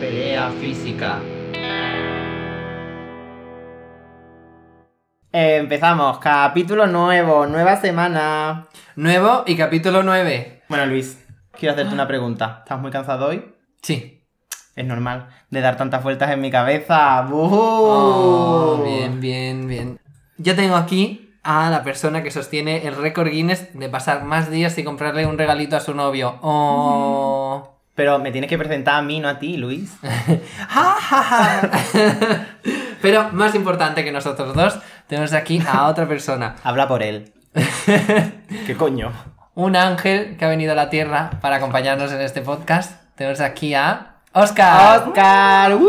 Pelea física. Eh, empezamos, capítulo nuevo, nueva semana. Nuevo y capítulo 9. Bueno, Luis, quiero hacerte una pregunta. ¿Estás muy cansado hoy? Sí. Es normal, de dar tantas vueltas en mi cabeza. ¡Bujú! Oh, bien, bien, bien. Yo tengo aquí a la persona que sostiene el récord Guinness de pasar más días y comprarle un regalito a su novio. Oh. Pero me tienes que presentar a mí, no a ti, Luis. Ja, ja, ja. Pero más importante que nosotros dos, tenemos aquí a otra persona. Habla por él. ¿Qué coño? Un ángel que ha venido a la tierra para acompañarnos en este podcast. Tenemos aquí a Oscar. Oscar. ¡Woo!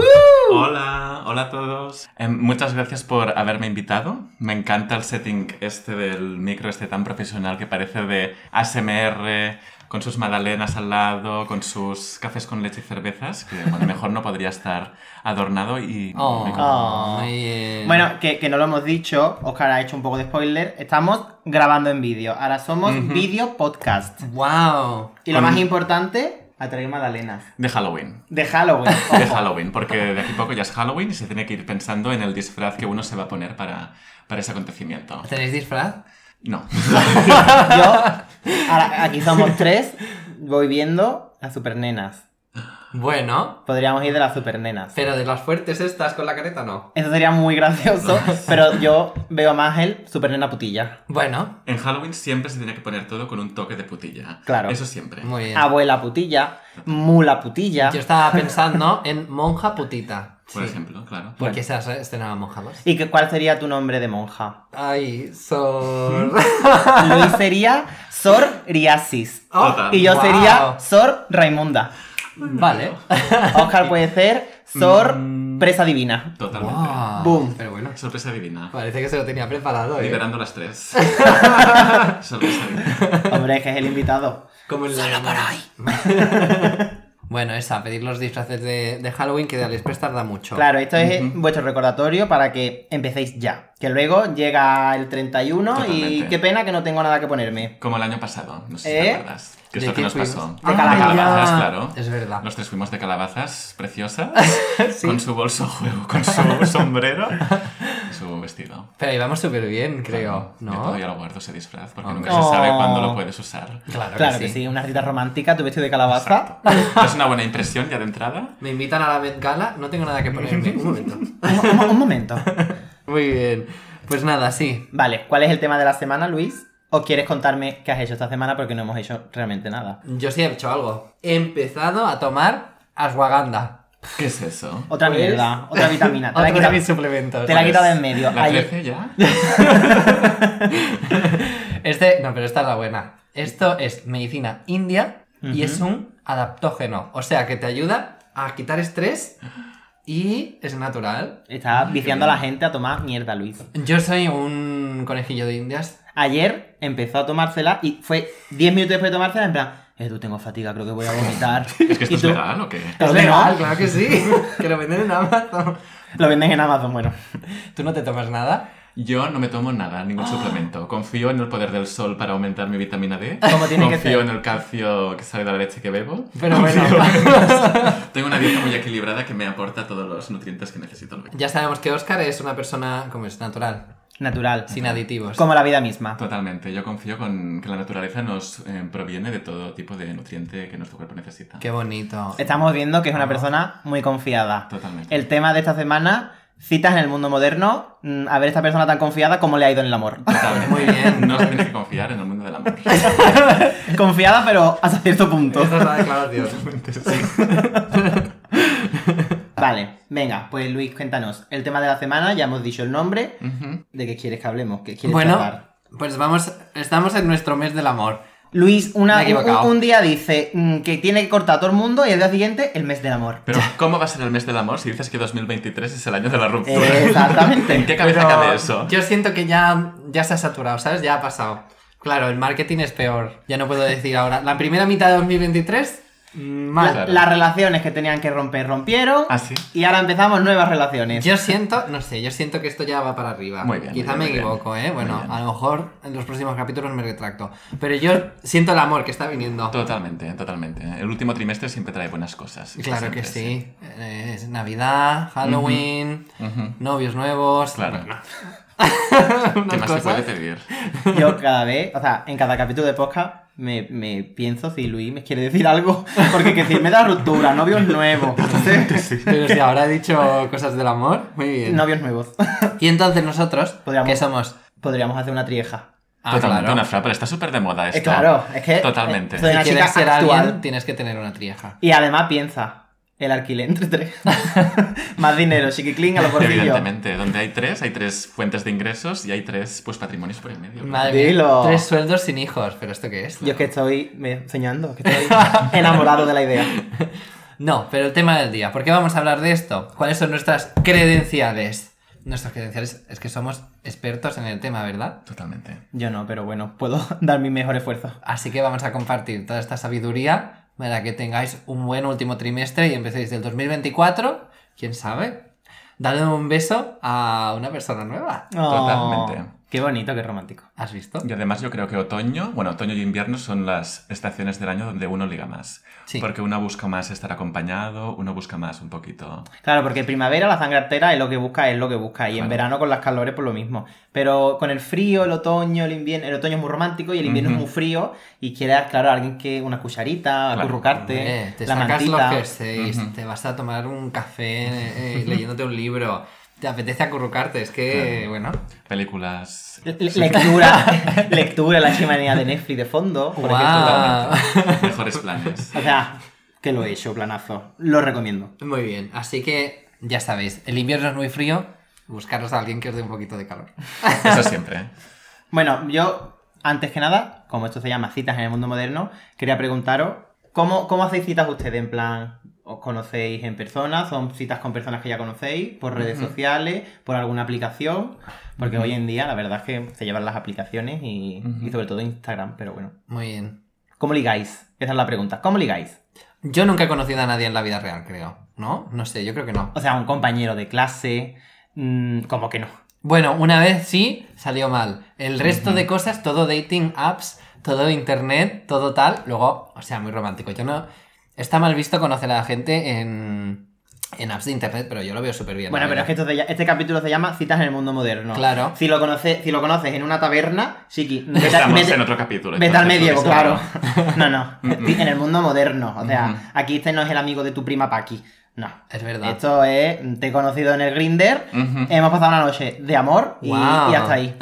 Hola, hola a todos. Em, muchas gracias por haberme invitado. Me encanta el setting este del micro, este tan profesional que parece de ASMR, con sus magdalenas al lado, con sus cafés con leche y cervezas, que bueno, mejor no podría estar adornado y... Oh, me encanta. Oh. muy bien. Bueno, que, que no lo hemos dicho, Oscar ha hecho un poco de spoiler. Estamos grabando en vídeo, ahora somos Ujú. vídeo podcast. Wow. Y lo Con- más importante, atraer magdalenas. De Halloween. De Halloween. De Oh. ojo. Halloween, porque de aquí a poco ya es Halloween y se tiene que ir pensando en el disfraz que uno se va a poner para, para ese acontecimiento. ¿Tenéis disfraz? No. Yo, ahora, aquí somos tres, voy viendo las supernenas. Bueno, Podríamos ir de las supernenas. pero de las fuertes estas con la careta no. Eso sería muy gracioso, pero yo veo más el supernena putilla. Bueno, En Halloween siempre se tiene que poner todo con un toque de putilla. Claro. Eso siempre. muy bien. Abuela putilla, mula putilla. Yo estaba pensando en monja putita. Por Sí, ejemplo, claro. Porque se se estrenaba monja dos. ¿Y que, cuál sería tu nombre de monja? Ay, son... Mm. Luis sería Sor Riasis. Oh, Total. Y yo Wow. sería Sor Raimunda. vale. Oscar puede ser Sor Mm. Presa Divina. Totalmente. Wow. Boom. Pero bueno, Sorpresa divina. parece que se lo tenía preparado. ¿eh? Liberando las tres. Sorpresa divina. Hombre, es que es el invitado. Como en la... bueno, esa, pedir los disfraces de, de Halloween que de AliExpress tarda mucho. Claro, esto es vuestro recordatorio para que empecéis ya. Que luego llega el 31 y Totalmente. qué pena que no tengo nada que ponerme. Como el año pasado, no sé si ¿Eh? te acuerdas. Que es ¿De lo que qué nos fuimos? pasó. De calabazas. calabazas, claro. Es verdad. Los tres fuimos de calabazas preciosas, con su bolso juego, con su sombrero, y su vestido. Pero íbamos súper bien, creo. Yo ¿No? todavía lo guardo ese disfraz, porque Oh. nunca se sabe Oh. cuándo lo puedes usar. Claro, Claro que, sí. una cita romántica, tu vestido de calabaza. Es una buena impresión ya de entrada. Me invitan a la Met Gala, no tengo nada que ponerme. Un momento. un, mo- un momento. Muy bien. Pues nada, sí. Vale, ¿cuál es el tema de la semana, Luis? ¿O quieres contarme qué has hecho esta semana? Porque no hemos hecho realmente nada. Yo sí he hecho algo. He empezado a tomar ashwagandha. ¿Qué es eso? Otra Pues- mierda, otra vitamina. Te la he Otro de quitado, mis suplementos. te la he ¿Cuál quitado de es? en medio. ¿La Ayer- 13 ya? Este, no, pero esta es la buena. Esto es medicina india y Ujú. es un adaptógeno. O sea, que te ayuda a quitar estrés y es natural. Estaba viciando a la gente a tomar mierda, Luis. Yo soy un conejillo de indias. Ayer empezó a tomársela y fue 10 minutos después de tomársela en plan, eh, tú tengo fatiga, creo que voy a vomitar. ¿Es que esto Y es tú- legal o qué? Claro que es no. legal, claro que sí. que lo venden en Amazon. Lo venden en Amazon, bueno. ¿Tú no te tomas nada? Yo no me tomo nada, Ah. ningún suplemento. Confío en el poder del sol para aumentar mi vitamina D. Como tiene que Confío ser. en el calcio que sale de la leche que bebo. Pero bueno. Tengo una dieta muy equilibrada que me aporta todos los nutrientes que necesito. Ya sabemos que Oscar es una persona, como es, natural. Natural. Sin aditivos. Como la vida misma. Totalmente. Yo confío con que la naturaleza nos eh, proviene de todo tipo de nutriente que nuestro cuerpo necesita. Qué bonito. Estamos viendo que es una persona muy confiada. Totalmente. El tema de esta semana, citas en el mundo moderno, mm, a ver esta persona tan confiada cómo le ha ido en el amor. Totalmente. Muy bien. No se tiene que confiar en el mundo del amor. confiada pero hasta cierto punto. Esta es la declaración. Vale, venga, pues Luis, cuéntanos. El tema de la semana, ya hemos dicho el nombre. Ujú. ¿De qué quieres que hablemos? ¿Qué quieres Bueno, tratar? pues vamos, estamos en nuestro mes del amor. Luis, una, Me he equivocado. un, un día dice mm, que tiene que cortar a todo el mundo y el día siguiente el mes del amor. Pero, ¿cómo va a ser el mes del amor si dices que 2023 es el año de la ruptura? ¿En qué Exactamente. cabeza Pero cabe eso? Yo siento que ya, ya se ha saturado, ¿sabes? Ya ha pasado. Claro, el marketing es peor. Ya no puedo decir ahora. La primera mitad de 2023 mm, Mal. La- Claro. Las relaciones que tenían que romper, rompieron. Ah, sí. Y ahora empezamos nuevas relaciones. Yo siento, no sé, yo siento que esto ya va para arriba. Muy bien, Quizá muy me bien, equivoco, ¿eh? muy Bueno, bien. a lo mejor en los próximos capítulos me retracto. Pero yo siento el amor que está viniendo. Totalmente, totalmente. El último trimestre siempre trae buenas cosas. y Claro siempre, que sí. Eh, Es Navidad, Halloween, Ujú. novios nuevos. Claro. unas ¿Qué más se cosas. puede pedir? Yo cada vez, o sea, en cada capítulo de podcast me, me pienso si Luis me quiere decir algo. Porque que decirme da ruptura, novios nuevos. Pero si ahora he dicho cosas del amor, muy bien. novios nuevos. Y entonces nosotros, Podríamos- que somos? Podríamos hacer una trieja. Ah, totalmente claro. Pues una fra, pero está súper de moda esto. Eh, claro, es que. Totalmente. eh, soy una si chica quieres ser actual. alguien, tienes que tener una trieja. Y además piensa, el alquiler entre tres. Más dinero, chiquiclín a los bolsillos. Evidentemente, donde hay tres, hay tres fuentes de ingresos y hay tres pues patrimonios por el medio. ¿no? Madre mía, Dilo. Tres sueldos sin hijos, pero ¿esto qué es? Yo es que estoy me, soñando, que estoy enamorado de la idea. No, pero el tema del día. ¿Por qué vamos a hablar de esto? ¿Cuáles son nuestras credenciales? Nuestras credenciales es que somos expertos en el tema, ¿verdad? Totalmente. Yo no, pero bueno, puedo dar mi mejor esfuerzo. Así que vamos a compartir toda esta sabiduría para que tengáis un buen último trimestre y empecéis del 2024, quién sabe, dale un beso a una persona nueva. Totalmente. Oh, Qué bonito, qué romántico. ¿Has visto? Y además yo creo que otoño, bueno, otoño y invierno son las estaciones del año donde uno liga más. Sí. Porque uno busca más estar acompañado, uno busca más un poquito... Claro, porque primavera la sangre artera es lo que busca, es lo que busca. Y en Claro. verano con las calores, por lo mismo. Pero con el frío, el otoño, el invierno. El otoño es muy romántico y el invierno Ujú. es muy frío. Y quieres, claro, alguien que. Una cucharita, Claro. acurrucarte, Eh, te la sacas mantita. los jerseys, Ujú. te vas a tomar un café eh, eh, leyéndote un libro, te apetece acurrucarte, es que, bueno, Películas... Le- Lectura, lectura, la chimenea de Netflix de fondo. por ejemplo. ¡guau! Mejores planes. O sea, que lo he hecho, planazo. Lo recomiendo. Muy bien, así que ya sabéis, el invierno es muy frío, buscaros a alguien que os dé un poquito de calor. Eso siempre. ¿eh? Bueno, yo, antes que nada, como esto se llama citas en el mundo moderno, quería preguntaros, ¿cómo, cómo hacéis citas ustedes? En plan, ¿os conocéis en persona? ¿Son citas con personas que ya conocéis? ¿Por redes sociales? ¿Por alguna aplicación? Porque hoy en día, la verdad es que se llevan las aplicaciones y, Ujú. y sobre todo Instagram, pero bueno. Muy bien. ¿Cómo ligáis? Esa es la pregunta. ¿Cómo ligáis? Yo nunca he conocido a nadie en la vida real, creo. ¿No? No sé, yo creo que no. O sea, un compañero de clase, mm, como que no. Bueno, una vez sí, salió mal. El resto de cosas, todo dating apps, todo internet, todo tal, luego, o sea, muy romántico. Yo no... Está mal visto conocer a la gente en, en apps de internet, pero yo lo veo súper bien. Bueno, la pero es que verdad. esto se lla- este capítulo se llama Citas en el Mundo Moderno. Claro. Si lo conoces, si lo conoces en una taberna, Chiqui, vete, Estamos vete- en otro capítulo. vete al entonces, medievo, lo que claro. sea. No, no. Mm-mm. En el mundo moderno. O Ujú. sea, aquí este no es el amigo de tu prima Paqui. No. Es verdad. Esto es, te he conocido en el Grinder, Ujú. hemos pasado una noche de amor y, Guau. y hasta ahí.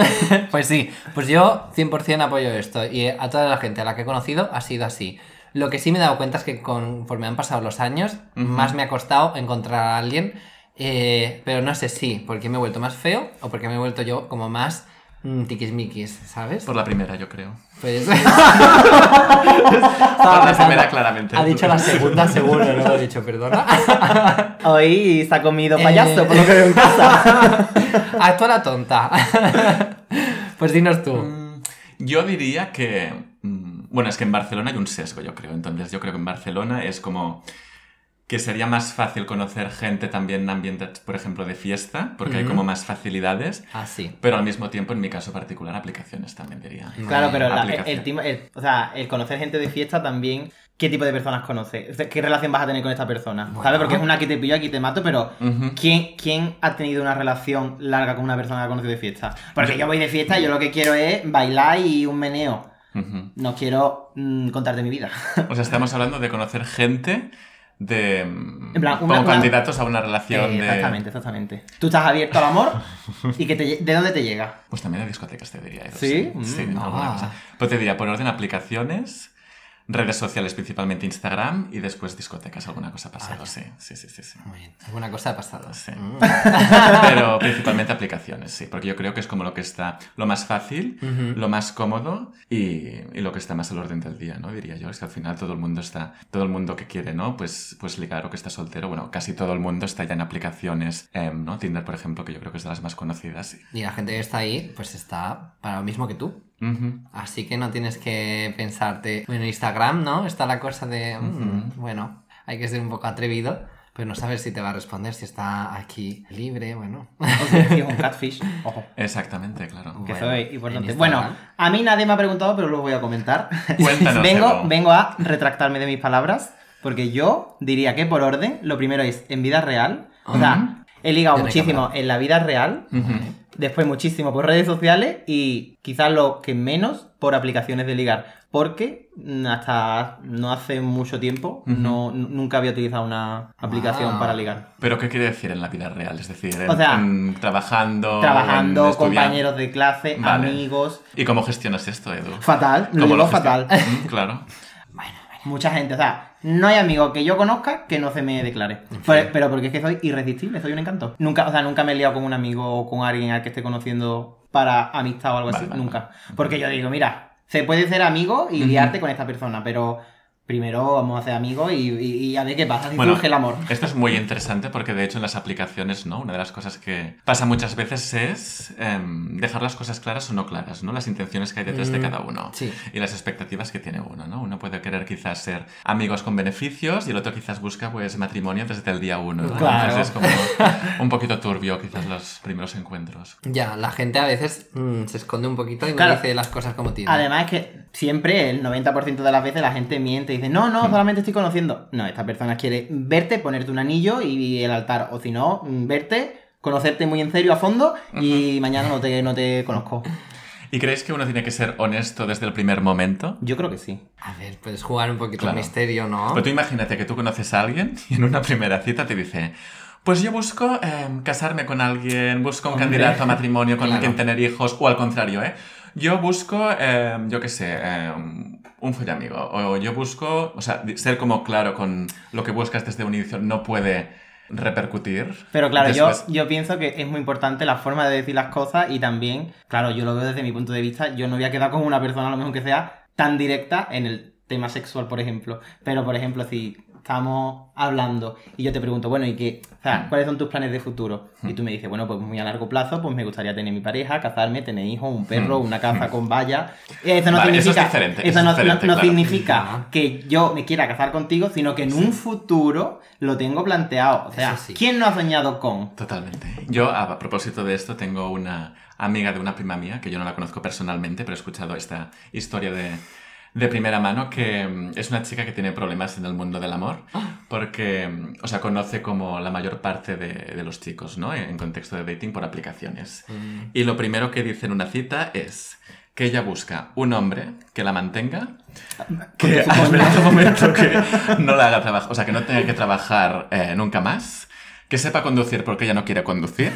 pues sí, pues yo 100% apoyo esto y a toda la gente a la que he conocido ha sido así. Lo que sí me he dado cuenta es que conforme han pasado los años, Ujú. más me ha costado encontrar a alguien, eh, pero no sé si porque me he vuelto más feo o porque me he vuelto yo como más mm, tiquismiquis, ¿sabes? Por la primera, yo creo. Pues... Ah, Por la primera, claramente. ha dicho la segunda, seguro, no lo he dicho, perdona. Hoy se ha comido Eh. payaso, por lo que veo en casa. Actúa la tonta. pues dinos tú. Mm, Yo diría que. mm, Bueno, es que en Barcelona hay un sesgo, yo creo. Entonces, yo creo que en Barcelona es como que sería más fácil conocer gente también en ambientes, por ejemplo, de fiesta, porque hay Ujú. como más facilidades, Así. pero al mismo tiempo, en mi caso particular, aplicaciones también diría. Claro, pero la- el, Aplicación. timo- el- o sea, el conocer gente de fiesta también, ¿qué tipo de personas conoces? O sea, ¿Qué relación vas a tener con esta persona? Bueno. ¿Sabes? Porque es una que te pillo, aquí te mato, pero Ujú. ¿quién, ¿quién ha tenido una relación larga con una persona que ha conocido de fiesta? Porque yo voy de fiesta y yo lo que quiero es bailar y un meneo. Ujú. No quiero mm, contarte mi vida. O sea, estamos hablando de conocer gente de. mm, En plan, una- como una- candidatos a una relación Eh, de. exactamente, exactamente. Tú estás abierto al amor y que te, lle- ¿de dónde te llega? Pues también de discotecas te diría. eso, ¿Sí? Sí, Mm, alguna ah. cosa. Pero pues te diría por orden aplicaciones, redes sociales, principalmente Instagram, y después discotecas, alguna cosa ha pasado. sí, sí, sí, sí. sí. Muy bien. Alguna cosa ha pasado. Sí. Mm. Pero principalmente aplicaciones, sí, porque yo creo que es como lo que está lo más fácil, Ujú. lo más cómodo y, y lo que está más al orden del día, ¿no? Diría yo. Es que al final todo el mundo está, todo el mundo que quiere, ¿no? Pues, pues ligar o que está soltero, bueno, casi todo el mundo está ya en aplicaciones, em, ¿no? Tinder, por ejemplo, que yo creo que es de las más conocidas. Y la gente que está ahí, pues está para lo mismo que tú. Ujú. Así que no tienes que pensarte. Bueno, Instagram, ¿no? Está la cosa de. mm, Ujú. Bueno, hay que ser un poco atrevido, pero no sabes si te va a responder, si está aquí libre, bueno. O sea, si es un catfish, ojo. Exactamente, claro. Que Bueno, eso es importante. en Bueno, Instagram. a mí nadie me ha preguntado, pero lo voy a comentar. Cuéntanos, vengo, Ego. vengo a retractarme de mis palabras, porque yo diría que por orden, lo primero es en vida real. O sea, he ligado Ya me he muchísimo en la vida real, Ujú. después muchísimo por redes sociales y quizás lo que menos por aplicaciones de ligar. Porque mm, hasta no hace mucho tiempo Ujú. no, n- nunca había utilizado una aplicación Wow. para ligar. Pero ¿qué quiere decir en la vida real? Es decir, en, O sea, en trabajando, Oh, en Trabajando, estudiar. compañeros de clase, Vale. amigos. ¿Y cómo gestionas esto, Edu? Fatal, lo ¿Cómo digo gestionas? fatal. Mm, claro. Mucha gente, o sea, no hay amigo que yo conozca que no se me declare. Pero, pero porque es que soy irresistible, soy un encanto. Nunca, o sea, nunca me he liado con un amigo o con alguien al que esté conociendo para amistad o algo Vale, así, vale, nunca. Porque yo digo, mira, se puede ser amigo y Ujú. liarte con esta persona, pero primero vamos a ser amigos y, y- y a ver qué pasa, si Bueno, surge el amor. Esto es muy interesante porque de hecho en las aplicaciones, ¿no? Una de las cosas que pasa muchas veces es em, dejar las cosas claras o no claras, ¿no? Las intenciones que hay detrás de Mm, cada uno. Sí. Y las expectativas que tiene uno, ¿no? Uno puede querer quizás ser amigos con beneficios y el otro quizás busca pues matrimonio desde el día uno. ¿no? Claro. Entonces es como un poquito turbio quizás los primeros encuentros. Ya, la gente a veces mm, se esconde un poquito y Claro. no dice las cosas como tiene. Además es que siempre, el 90% de las veces, la gente miente y dice, no, no, solamente estoy conociendo. No, esta persona quiere verte, ponerte un anillo y el altar. O si no, mm, verte, conocerte muy en serio a fondo y mañana no te, no te conozco. ¿Y creéis que uno tiene que ser honesto desde el primer momento? Yo creo que sí. A ver, puedes jugar un poquito al Claro. misterio, ¿no? Pero tú imagínate que tú conoces a alguien y en una primera cita te dice, pues yo busco em, casarme con alguien, busco un Hombre. candidato a matrimonio con Claro. quien tener hijos, o al contrario, ¿eh? Yo busco, em, yo qué sé, em, un follamigo, o yo busco, o sea, di- ser como claro con lo que buscas desde un inicio no puede repercutir. Pero claro, yo, después. yo pienso que es muy importante la forma de decir las cosas y también, claro, yo lo veo desde mi punto de vista, yo no voy a quedar con una persona, a lo mejor que sea, tan directa en el tema sexual, por ejemplo. Pero, por ejemplo, si estamos hablando y yo te pregunto, bueno, ¿y qué? O sea, ¿cuáles son tus planes de futuro? Y tú me dices, bueno, pues muy a largo plazo, pues me gustaría tener mi pareja, casarme, tener hijos, un perro, una casa con valla. Eso no Mm. Vale, eso es significa, diferente, eso eso es no- no- diferente, no claro. significa Ya. que yo me quiera casar contigo, sino que en un futuro lo tengo planteado. O sea, Eso sí. ¿quién no ha soñado con? Totalmente. Yo, a, a propósito de esto, tengo una amiga de una prima mía, que yo no la conozco personalmente, pero he escuchado esta historia de, de primera mano, que mm, es una chica que tiene problemas en el mundo del amor, Ah, porque, mm, o sea, conoce como la mayor parte de, de los chicos, ¿no? En, en contexto de dating por aplicaciones. Mm, Y lo primero que dice en una cita es que ella busca un hombre que la mantenga, que supongo- al menos de momento que no la haga trabajar, o sea, que no tenga que trabajar eh, nunca más, que sepa conducir porque ella no quiere conducir,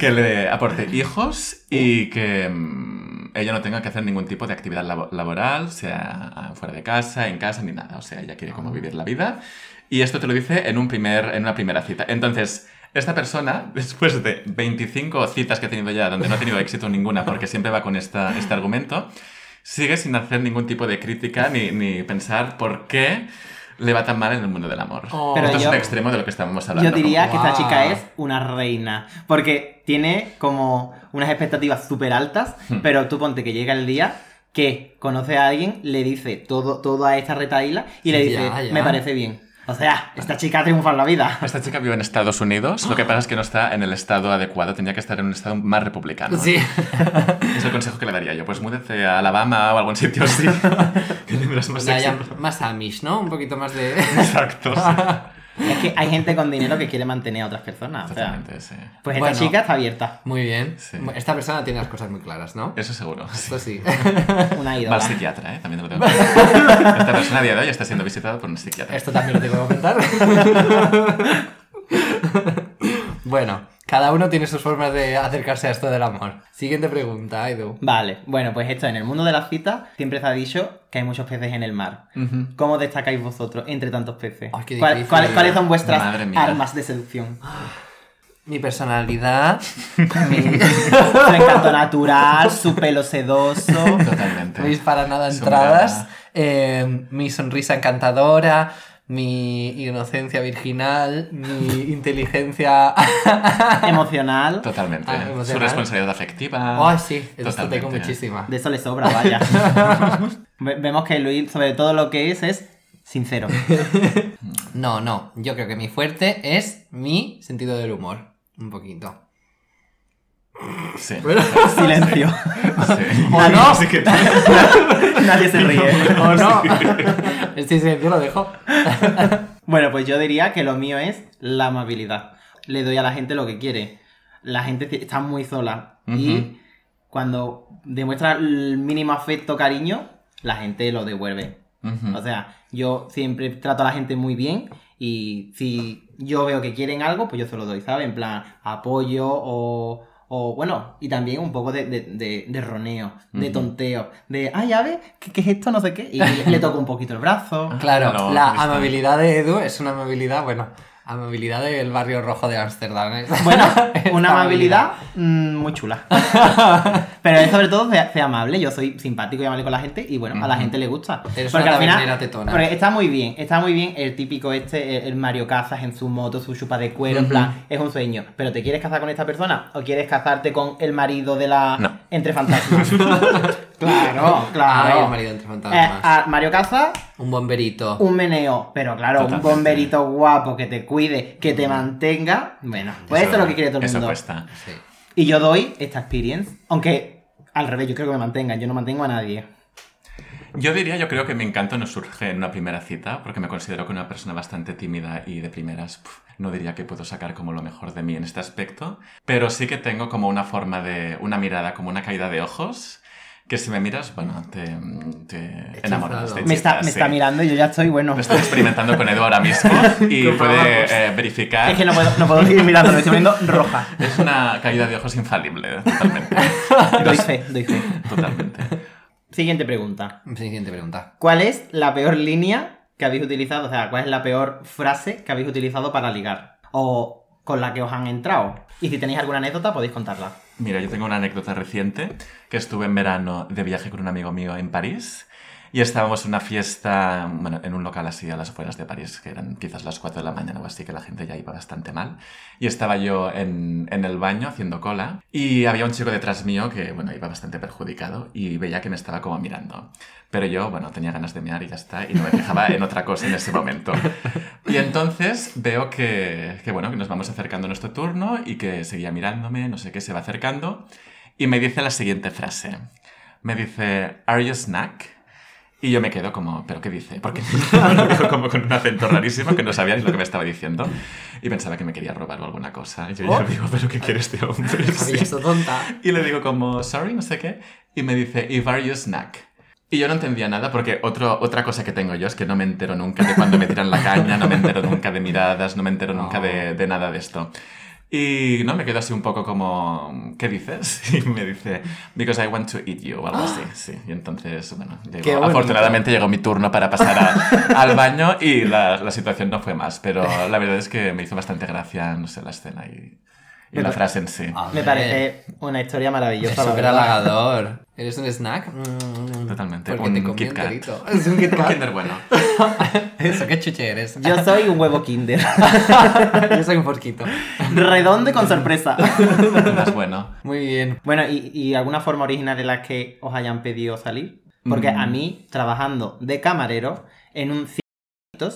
que le aporte hijos y que mm, ella no tenga que hacer ningún tipo de actividad labo- laboral, sea ah, fuera de casa, en casa, ni nada. O sea, ella quiere como vivir la vida. Y esto te lo dice en, un primer, en una primera cita. Entonces, esta persona, después de 25 citas que ha tenido ya, donde no ha tenido éxito ninguna, porque siempre va con esta, este argumento, sigue sin hacer ningún tipo de crítica ni, ni pensar por qué le va tan mal en el mundo del amor. Oh. Pero Esto es yo- un extremo de lo que estamos hablando. Yo diría que esta Guau. chica es una reina, porque tiene como unas expectativas súper altas, Hmm. pero tú ponte que llega el día que conoce a alguien, le dice todo, toda esta retaíla y le Ya, dice, ya. me parece bien. O sea, esta chica ha triunfado en la vida. Esta chica vive en Estados Unidos, lo que pasa es que no está en el estado adecuado, tendría que estar en un estado más republicano. Sí. Es el consejo que le daría yo, pues múdate a Alabama o algún sitio así, que tendrás más Ya, ya, éxito. más Amish, ¿no? Un poquito más de. Exacto, sí. Es que hay gente con dinero que quiere mantener a otras personas. o sea. Totalmente, sí. pues esta Bueno. chica está abierta, Muy bien. Sí. Esta persona tiene las cosas muy claras, ¿no? Eso seguro. sí. Esto sí. una Va ídola. al psiquiatra, ¿eh? También te lo tengo que decir. Esta persona a día de hoy está siendo visitada por un psiquiatra. Esto también lo tengo que comentar. bueno, cada uno tiene sus formas de acercarse a esto del amor. Siguiente pregunta, Edu. Vale, bueno, pues esto, en el mundo de las citas siempre se ha dicho que hay muchos peces en el mar. Ujú. ¿Cómo destacáis vosotros entre tantos peces? Ay, qué ¿Cuál- difícil. cuál- ¿Cuáles son vuestras Madre mía. armas de seducción? Mi personalidad. mi- Su encanto natural, su pelo sedoso. Totalmente. No veis para nada Su entradas. mirada. eh, mi sonrisa encantadora. mi inocencia virginal, mi inteligencia... Emocional. Totalmente. Ah, emocional. Su responsabilidad afectiva. Ay, sí, de esto Ah, Totalmente. tengo muchísima. De eso le sobra, vaya. Ve- Vemos que Luis, sobre todo lo que es, es sincero. No, no, yo creo que mi fuerte es mi sentido del humor, un poquito. Sí. Silencio. sí. O no. Así que- Nadie se ríe. ¿O no? Estoy silencio, lo dejo. Bueno, pues yo diría que lo mío es la amabilidad. Le doy a la gente lo que quiere. La gente te- está muy sola. Ujú. Y cuando demuestra el mínimo afecto, cariño, la gente lo devuelve. Ujú. O sea, yo siempre trato a la gente muy bien y si yo veo que quieren algo, pues yo se lo doy, ¿sabes? En plan, apoyo o, o, bueno, y también un poco de, de, de- de roneo, de Ujú. tonteo, de, ay, ya ves, ¿qué, qué es esto? No sé qué. Y le toco un poquito el brazo. Claro, No, la Cristian. amabilidad de Edu es una amabilidad, bueno, amabilidad del barrio rojo de Ámsterdam. ¿eh? Bueno, Esta una amabilidad mm, muy chula. Pero es sobre todo sea, sea amable. Yo soy simpático y amable con la gente y bueno, a la Ujú. gente le gusta. Eres porque una al final tabernera tetona. porque está muy bien, está muy bien el típico este, el, el Mario Casas en su moto, su chupa de cuero, en Ujú. plan, es un sueño. Pero ¿te quieres casar con esta persona o quieres casarte con el marido de la... No. Entre fantasmas? claro, claro. Ay, el marido entre Eh, fantasmas. a Mario Casas Un bomberito. un meneo, pero claro, Totalmente. un bomberito guapo que te cuide, que te mantenga. Bueno, pues eso, es lo que quiere todo el Eso mundo. cuesta. Sí. Y yo doy esta experience, aunque al revés, yo creo que me mantengan, yo no mantengo a nadie. Yo diría, yo creo que mi encanto no surge en una primera cita, porque me considero que una persona bastante tímida y de primeras puf, no diría que puedo sacar como lo mejor de mí en este aspecto, pero sí que tengo como una forma de, una mirada, como una caída de ojos, que si me miras, bueno, te, te enamoras. te Hechizado. Me está, hechizas, me está sí. mirando y yo ya estoy, bueno. Lo estoy experimentando con Edu ahora mismo y Comprobamos. puede eh, verificar. Es que no puedo, no puedo seguir mirando, me estoy poniendo roja. Es una caída de ojos infalible, totalmente. Doy fe, doy fe. totalmente. Siguiente pregunta. Siguiente pregunta. ¿Cuál es la peor línea que habéis utilizado? O sea, ¿cuál es la peor frase que habéis utilizado para ligar? O con la que os han entrado. Y si tenéis alguna anécdota, podéis contarla. Mira, yo tengo una anécdota reciente que estuve en verano de viaje con un amigo mío en París y estábamos en una fiesta, bueno, en un local así a las afueras de París, que eran quizás las 4 de la mañana o así, que la gente ya iba bastante mal. Y estaba yo en, en el baño haciendo cola y había un chico detrás mío que, bueno, iba bastante perjudicado y veía que me estaba como mirando. Pero yo, bueno, tenía ganas de mear y ya está, y no me fijaba en otra cosa en ese momento. Y entonces veo que, que, bueno, que nos vamos acercando a nuestro turno y que seguía mirándome, no sé qué, se va acercando. Y me dice la siguiente frase. Me dice, ¿Are you snack? Y yo me quedo como, ¿pero qué dice? Porque lo dijo como con un acento rarísimo que no sabía ni lo que me estaba diciendo. Y pensaba que me quería robar o alguna cosa. Y yo ya digo, ¿pero qué quiere este hombre? Sí. Había esto tonta. Y le digo como, sorry, no sé qué. Y me dice, if are you snack? Y yo no entendía nada porque otro, otra cosa que tengo yo es que no me entero nunca de cuando me tiran la caña, no me entero nunca de miradas, no me entero nunca de, de nada de esto. Y no, me quedo así un poco como, ¿qué dices? Y me dice, because I want to eat you o algo así. Sí. Y entonces, bueno, llegó- Qué bonito. afortunadamente llegó mi turno para pasar a- al baño y la, la situación no fue más. Pero la verdad es que me hizo bastante gracia, no sé, la escena y, y la frase en sí. ah, Me parece una historia Es maravillosa. la súper verdad. halagador. ¿Eres un snack? Mm, Totalmente, Porque un te comí Kit Kat. enterito. Es un Kit Un Kat. Kinder bueno. Eso, qué chuche eres. Yo, Yo soy un huevo kinder. soy un porquito. Redondo y con sorpresa. Más bueno. Muy bien. Bueno, ¿y, y alguna forma original de las que os hayan pedido salir? Porque Mm. a mí, trabajando de camarero, en un ci- un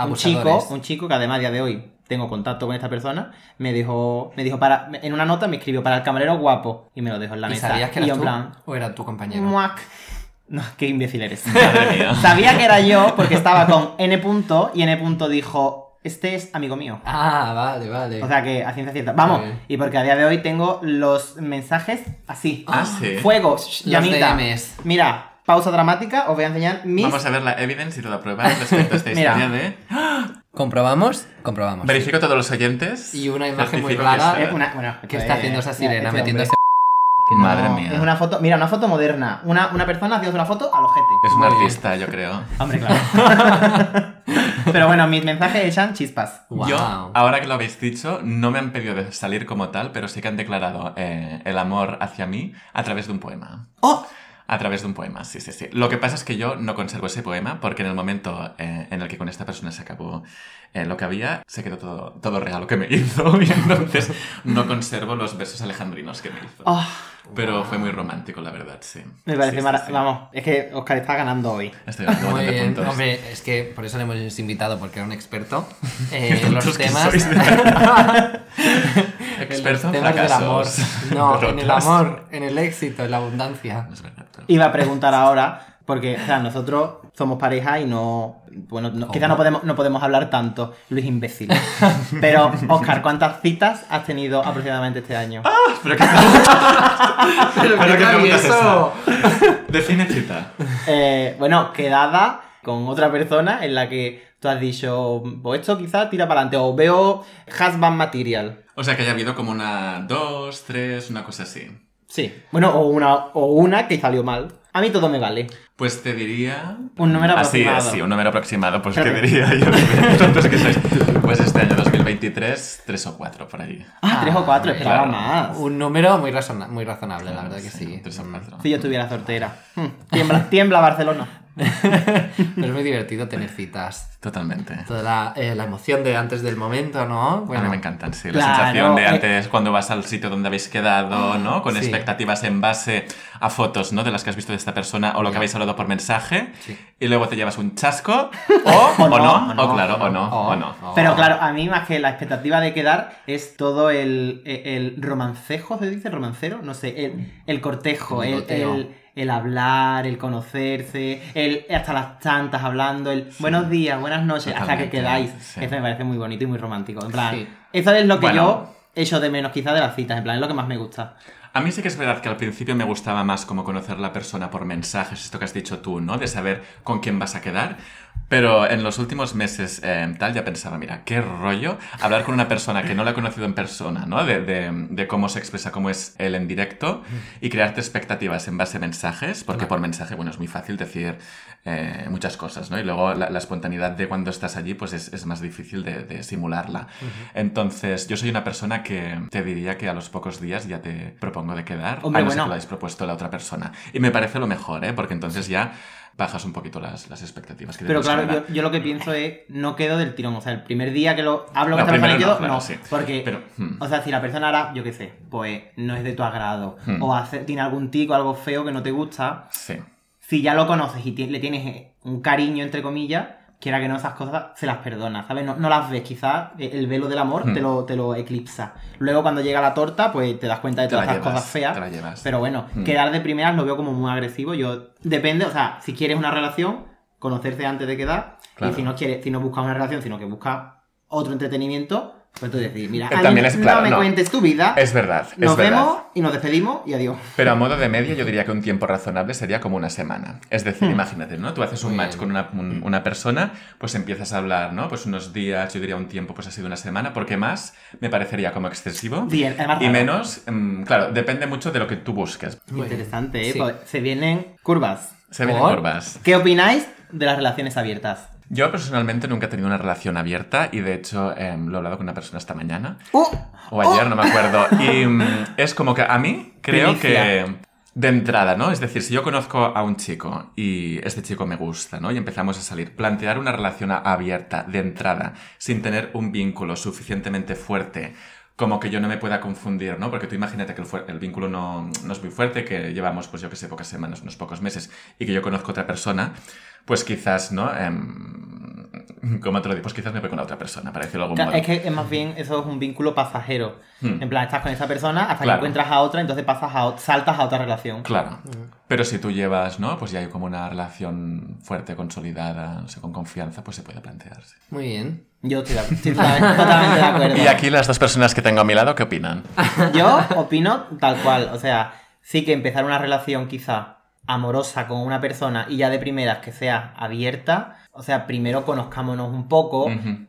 Abusadores. chico, un chico que además a día de hoy tengo contacto con esta persona, me dijo, me dijo para, en una nota me escribió para el camarero guapo y me lo dejó en la ¿Y mesa. sabías que y yo eras en tú plan, o era tu compañero? muac. No, qué imbécil eres. Madre mía. Sabía que era yo porque estaba con N punto y N punto dijo, este es amigo mío. Ah, vale, vale. O sea que a ciencia cierta. Vamos, Sí. y porque a día de hoy tengo los mensajes así. Ah, sí. Fuego, Los llamita. DMs. Mira, pausa dramática, os voy a enseñar mis... Vamos a ver la evidence y la prueba respecto a esta Mira. historia de. ¿Comprobamos? Comprobamos. Verifico todos los oyentes. Y una imagen muy Certifico que rara. está- Es una- bueno, ¿Qué eh, está haciendo esa mira, sirena este metiéndose? hombre. Que no, Madre mía. Es una foto, mira, una foto moderna. Una, una persona haciendo una foto al ojete. Es un Muy bien. artista, yo creo. Hombre, claro. Pero bueno, mis mensajes echan chispas. Wow. Yo, ahora que lo habéis dicho, no me han pedido de salir como tal, pero sí que han declarado eh, el amor hacia mí a través de un poema. ¡Oh! A través de un poema, sí, sí, sí. Lo que pasa es que yo no conservo ese poema porque en el momento eh, en el que con esta persona se acabó eh, lo que había, se quedó todo, todo regalo que me hizo y entonces no conservo los versos alejandrinos que me hizo. Oh, Pero fue muy romántico, la verdad, sí. me parece Sí, sí, maravilloso. sí. Vamos, es que Oscar está ganando hoy. Estoy ganando Muy bastante bien, puntos. hombre, es que por eso le hemos invitado, porque era un experto Qué eh, en tontos los que temas. sois, de en los Experto en temas del amor. fracasos, No, en el derrotas. amor, en el éxito, en la abundancia. No es verdad, pero- Iba a preguntar ahora, porque o sea, nosotros somos pareja y no. Bueno, no- quizá no podemos, no podemos hablar tanto, Luis imbécil. Pero, Oscar, ¿cuántas citas has tenido aproximadamente este año? Pero qué- Pero qué qué pregunta es travieso. Define cita. Eh, bueno, quedada con otra persona en la que tú has dicho, o esto quizá tira para adelante, o veo husband material. O sea que haya habido como una dos, tres, una cosa así. Sí. Bueno, o una, o una que salió mal. A mí todo me vale. Pues te diría. Un número aproximado. Así, así, un número aproximado. Pues te Claro. diría yo. Entonces, ¿qué sois? Pues este año 2023, tres o cuatro por ahí. Ah, Ah, tres o cuatro, esperaba claro. más. Un número muy, razona- muy razonable, la verdad que sí. Tres o cuatro. Si yo estuviera soltera. Hmm. Tiembla, tiembla Barcelona. Pero es muy divertido tener citas. Totalmente. Toda la, eh, la emoción de antes del momento, ¿no? a mí me encantan, sí. Claro, la sensación de eh. antes, cuando vas al sitio donde habéis quedado, ¿no? Con Ah, Sí. expectativas en base a fotos, ¿no? De las que has visto de esta persona o lo que Ya. habéis hablado por mensaje. Sí. Y luego te llevas un chasco. O, O o no, no, o, o no, claro, o no, Oh, o no. oh. Pero claro, a mí más que la expectativa de quedar es todo el, e, el romancejo, ¿se dice romancero? No sé, el, el cortejo, El el, ligoteo. el- el hablar, el conocerse, el hasta las tantas hablando, el buenos días, buenas noches, hasta que Totalmente, quedáis. sí. Eso me parece muy bonito y muy romántico. En plan, Sí. eso es lo que Bueno. yo echo de menos quizá de las citas, en plan, es lo que más me gusta. A mí sí que es verdad que al principio me gustaba más como conocer la persona por mensajes, esto que has dicho tú, ¿no? De saber con quién vas a quedar. Pero en los últimos meses eh, tal ya pensaba, mira, qué rollo hablar con una persona que no la he conocido en persona, ¿no? De, de- de cómo se expresa, cómo es él en directo y crearte expectativas en base a mensajes, porque por mensaje, bueno, es muy fácil decir eh, muchas cosas, ¿no? Y luego la, la espontaneidad de cuando estás allí, pues es, es más difícil de, de simularla. Entonces, yo soy una persona que te diría que a los pocos días ya te propongo de quedar, Hombre, a no ser bueno. que lo hayáis propuesto a la otra persona. Y me parece lo mejor, ¿eh? Porque entonces ya bajas un poquito las, las expectativas que Pero tienes claro, yo, yo lo que pienso es, no quedo del tirón. O sea, el primer día que lo hablo con esta No, persona y primero quedo, no, claro, no. sí. Porque, Pero, hmm. o sea, si la persona ahora, yo qué sé, pues no es de tu agrado, Hmm. o hace- tiene algún tico, algo feo que no te gusta, Sí. si ya lo conoces y ti- le tienes eh, un cariño, entre comillas, quiera que no esas cosas, se las perdonas, ¿sabes? No, no las ves, quizás eh, el velo del amor Hmm. te, lo, te lo eclipsa. Luego cuando llega la torta, pues te das cuenta de Te la todas las llevas, cosas feas. te la llevas. Pero bueno, Hmm. quedar de primeras lo veo como muy agresivo. Yo depende, o sea, si quieres una relación, conocerse antes de quedar. Claro. Y si no quieres, si no buscas una relación, sino que buscas otro entretenimiento, pues tú decís, mira, Que a mí Eh, también es- claro, no me no. cuentes tu vida. Es verdad, es nos verdad. vemos y nos despedimos y adiós. Pero a modo de media, yo diría que un tiempo razonable sería como una semana. Es Hmm. decir, imagínate, ¿no? Tú haces un Muy match bien. con una, un- una persona, pues empiezas a hablar, ¿no? Pues unos días, yo diría un tiempo, pues ha sido una semana, porque más me parecería como excesivo. Bien, además, Y raro. menos, mm, claro, depende mucho de lo que tú busques. Muy bien. Interesante, ¿eh? Sí. Pues se vienen curvas. Se vienen ¿Por? curvas. ¿Qué opináis de las relaciones abiertas? Yo personalmente nunca he tenido una relación abierta y de hecho em, lo he hablado con una persona esta mañana. ¡Uh! O ayer, no me acuerdo. Y mm, es como que a mí creo Primicia. que de entrada, ¿no? Es decir, si yo conozco a un chico y este chico me gusta, ¿no? Y empezamos a salir, plantear una relación a- abierta de entrada, sin tener un vínculo suficientemente fuerte. Como que yo no me pueda confundir, ¿no? Porque tú imagínate que el, fuer- el vínculo no, no es muy fuerte, que llevamos, pues yo que sé, pocas semanas, unos pocos meses, y que yo conozco a otra persona, pues quizás, ¿no? Em, ¿Cómo te lo digo? Pues quizás me voy con la otra persona, para decirlo de algún Claro, modo. es que es más bien eso es un vínculo pasajero. Hmm. En plan, estás con esa persona hasta Claro. que encuentras a otra, entonces pasas a ot- saltas a otra relación. Claro. Pero si tú llevas, ¿no? Pues ya hay como una relación fuerte, consolidada, no sé, con confianza, pues se puede plantearse. Muy bien. Yo estoy, de ac- estoy totalmente, totalmente de acuerdo. Y aquí las dos personas que tengo a mi lado, ¿qué opinan? Ah. Yo opino tal cual. O sea, sí que empezar una relación quizá amorosa con una persona y ya de primeras que sea abierta. O sea, primero conozcámonos un poco, Ujú,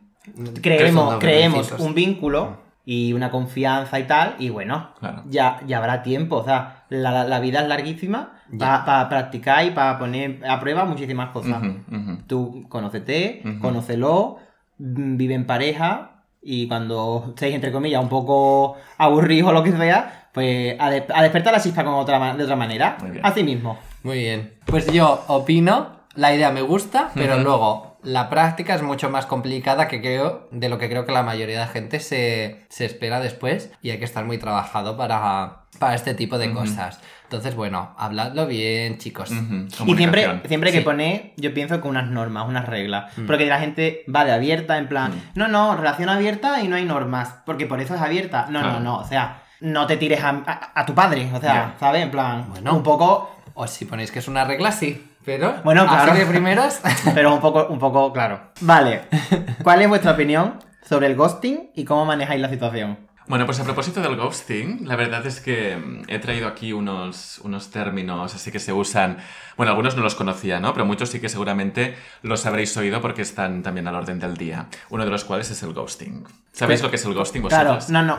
creemos, Crezando creemos bebecitos. un vínculo y una confianza y tal, y bueno, Claro. ya, ya habrá tiempo. O sea, la, la- la vida es larguísima para practicar y para poner a prueba muchísimas cosas. Ujú, ujú. Tú conócete, Ujú. conócelo, mm, vive en pareja y cuando estéis, entre comillas, un poco aburridos o lo que sea, pues a, des- a despertar la chispa con otra, ma- de otra manera. Muy bien. Así mismo. Muy bien. Pues yo opino, la idea me gusta, pero Ujú. luego la práctica es mucho más complicada que creo, de lo que creo que la mayoría de gente se, se espera después y hay que estar muy trabajado para, para este tipo de cosas. Entonces, bueno, habladlo bien, chicos. Ujú, Y siempre, comunicación. Mm. siempre hay que Sí. poner, yo pienso que unas normas, unas reglas. Porque la gente va de abierta, en plan, no, no, relación abierta y no hay normas. Porque por eso es abierta. No, Claro. no, no. O sea, no te tires a, a- a tu padre. O sea, Ah. Ya. ¿sabes? En plan, Bueno. un poco. O si ponéis que es una regla, sí. Pero, Bueno, así claro. de primeras. Pero un poco, un poco, claro. Vale. ¿Cuál es vuestra opinión sobre el ghosting y cómo manejáis la situación? Bueno, pues a propósito del ghosting, la verdad es que mm, he traído aquí unos, unos términos así que se usan. Bueno, algunos no los conocía, ¿no? Pero muchos sí que seguramente los habréis oído porque están también al orden del día. Uno de los cuales es el ghosting. ¿Sabéis Pero- lo que es el ghosting Pues Claro, vosotros? no, no.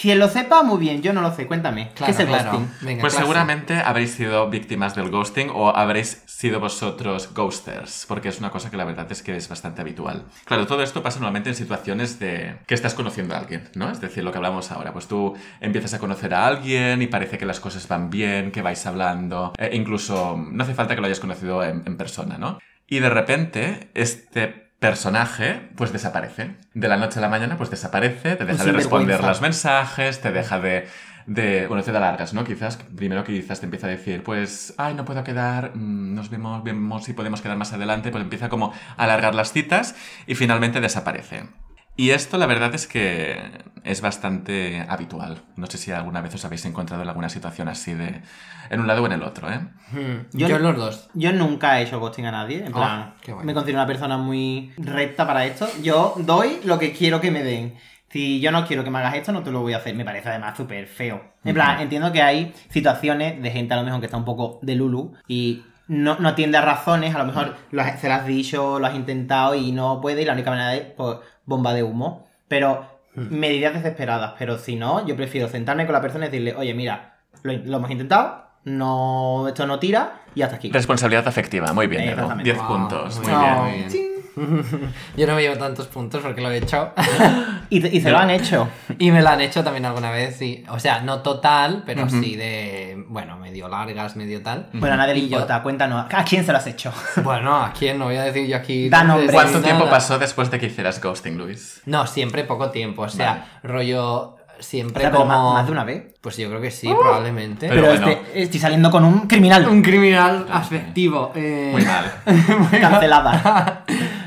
Quien lo sepa, muy bien. Yo no lo sé. Cuéntame. ¿Qué Claro, es el claro. ghosting? Venga, Pues clase. seguramente habréis sido víctimas del ghosting o habréis sido vosotros ghosters, porque es una cosa que la verdad es que es bastante habitual. Claro, todo esto pasa normalmente en situaciones de que estás conociendo a alguien, ¿no? Es decir, lo que hablamos ahora, pues tú empiezas a conocer a alguien y parece que las cosas van bien, que vais hablando, e incluso no hace falta que lo hayas conocido en- en persona, ¿no? Y de repente, este personaje, pues desaparece. De la noche a la mañana, pues desaparece, te deja de responder sinvergüenza. los mensajes, te deja de... de bueno, te da largas, ¿no? Quizás, primero que quizás te empieza a decir, pues, ay, no puedo quedar, mm, nos vemos, vemos si podemos quedar más adelante, pues empieza como a alargar las citas y finalmente desaparece. Y esto la verdad es que es bastante habitual. No sé si alguna vez os habéis encontrado en alguna situación así de... en un lado o en el otro, ¿eh? Hmm, Yo- Yo, los dos. Yo nunca he hecho ghosting a nadie, en plan, Ah, qué bueno. me considero una persona muy recta para esto. Yo doy lo que quiero que me den. Si yo no quiero que me hagas esto, no te lo voy a hacer. Me parece además súper feo. En plan, Ujú. entiendo que hay situaciones de gente a lo mejor que está un poco de lulu y no, no atiende a razones, a lo mejor lo has- se las has dicho, lo has intentado y no puede y la única manera es pues, bomba de humo. Pero Hmm. medidas desesperadas, pero si no, yo prefiero sentarme con la persona y decirle, oye, mira, lo, lo hemos intentado, no, esto no tira y hasta aquí. Responsabilidad afectiva, muy bien, Eh, Edu. exactamente. 10 Wow, puntos, muy muy bien. bien. Yo no me llevo tantos puntos porque lo he hecho. Y, y se lo han hecho. Y me la han hecho también alguna vez, sí. O sea, no total, pero Ujú. sí de. Bueno, medio largas, medio tal. Bueno, a nadie le Y yo- importa. Cuéntanos, ¿a quién se lo has hecho? Bueno, ¿a quién? No voy a decir yo aquí. Da nombres nombre. ni ¿Cuánto nada. tiempo pasó después de que hicieras ghosting, Luis? No, siempre poco tiempo. O sea, rollo. Siempre O sea, pero como. más, más de una vez. Pues yo creo que sí, probablemente. Pero, Pero este- bueno. estoy saliendo con un criminal. Un criminal afectivo. eh. Muy mal. Muy mal. Cancelada.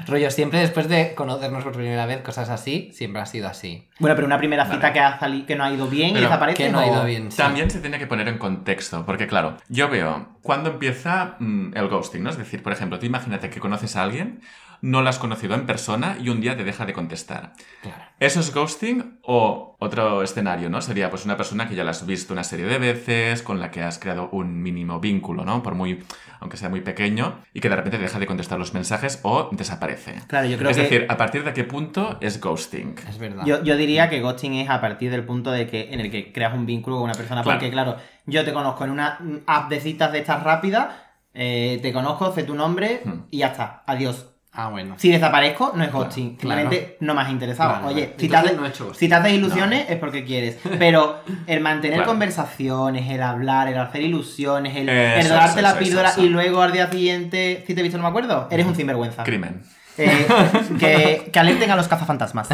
rollo, siempre después de conocernos por primera vez, cosas así, siempre ha sido así. Bueno, pero una primera cita Vale. que, ha sali- que no ha ido bien y Pero desaparece. pues, Que no ha o- ido bien. sí. También se tiene que poner en contexto, porque claro, yo veo cuando empieza mm, el ghosting, ¿no? Es decir, por ejemplo, tú imagínate que conoces a alguien, no lo has conocido en persona y un día te deja de contestar. Claro. ¿Eso es ghosting o otro escenario, no? Sería pues una persona que ya la has visto una serie de veces, con la que has creado un mínimo vínculo, ¿no? Por muy, aunque sea muy pequeño, y que de repente deja de contestar los mensajes o desaparece. Claro, yo creo es que. decir, ¿a partir de qué punto es ghosting? Es verdad. Yo, yo diría que ghosting es a partir del punto de que en el que creas un vínculo con una persona. Claro. Porque, claro, yo te conozco en una mm, app de citas de estas rápidas, eh, te conozco, sé tu nombre Hmm. y ya está. Adiós. Ah, bueno. Si desaparezco, no es ghosting. claro. Simplemente no me has interesado. Vale, Oye, vale. si, te Entonces haces, no he hecho ghosting. si te haces ilusiones es porque quieres. Pero el mantener Claro. conversaciones, el hablar, el hacer ilusiones, el, el Eso, darte eso, la eso, píldora eso, y eso. luego al día siguiente, si te he visto no me acuerdo, eres un sinvergüenza. Crimen. Eh, que, que alerten a los cazafantasmas.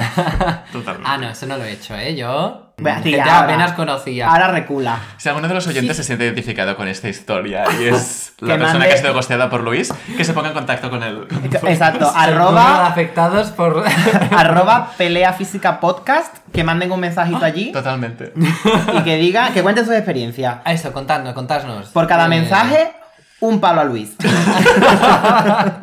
Totalmente. Ah, no, eso no lo he hecho, ¿eh? Yo. Voy a mm, decir gente ahora. apenas conocía. Ahora recula. Si alguno de los oyentes se siente identificado con esta historia y es Que la persona mande- Ah, que ha sido gosteada por Luis, que se ponga en contacto con él. Exacto. Número de Arroba, afectados por. arroba pelea física podcast. Que manden un mensajito allí Totalmente. y que diga, que cuente sus experiencias. A Eso, contadnos, contadnos. Por cada Eh, mensaje, un palo a Luis.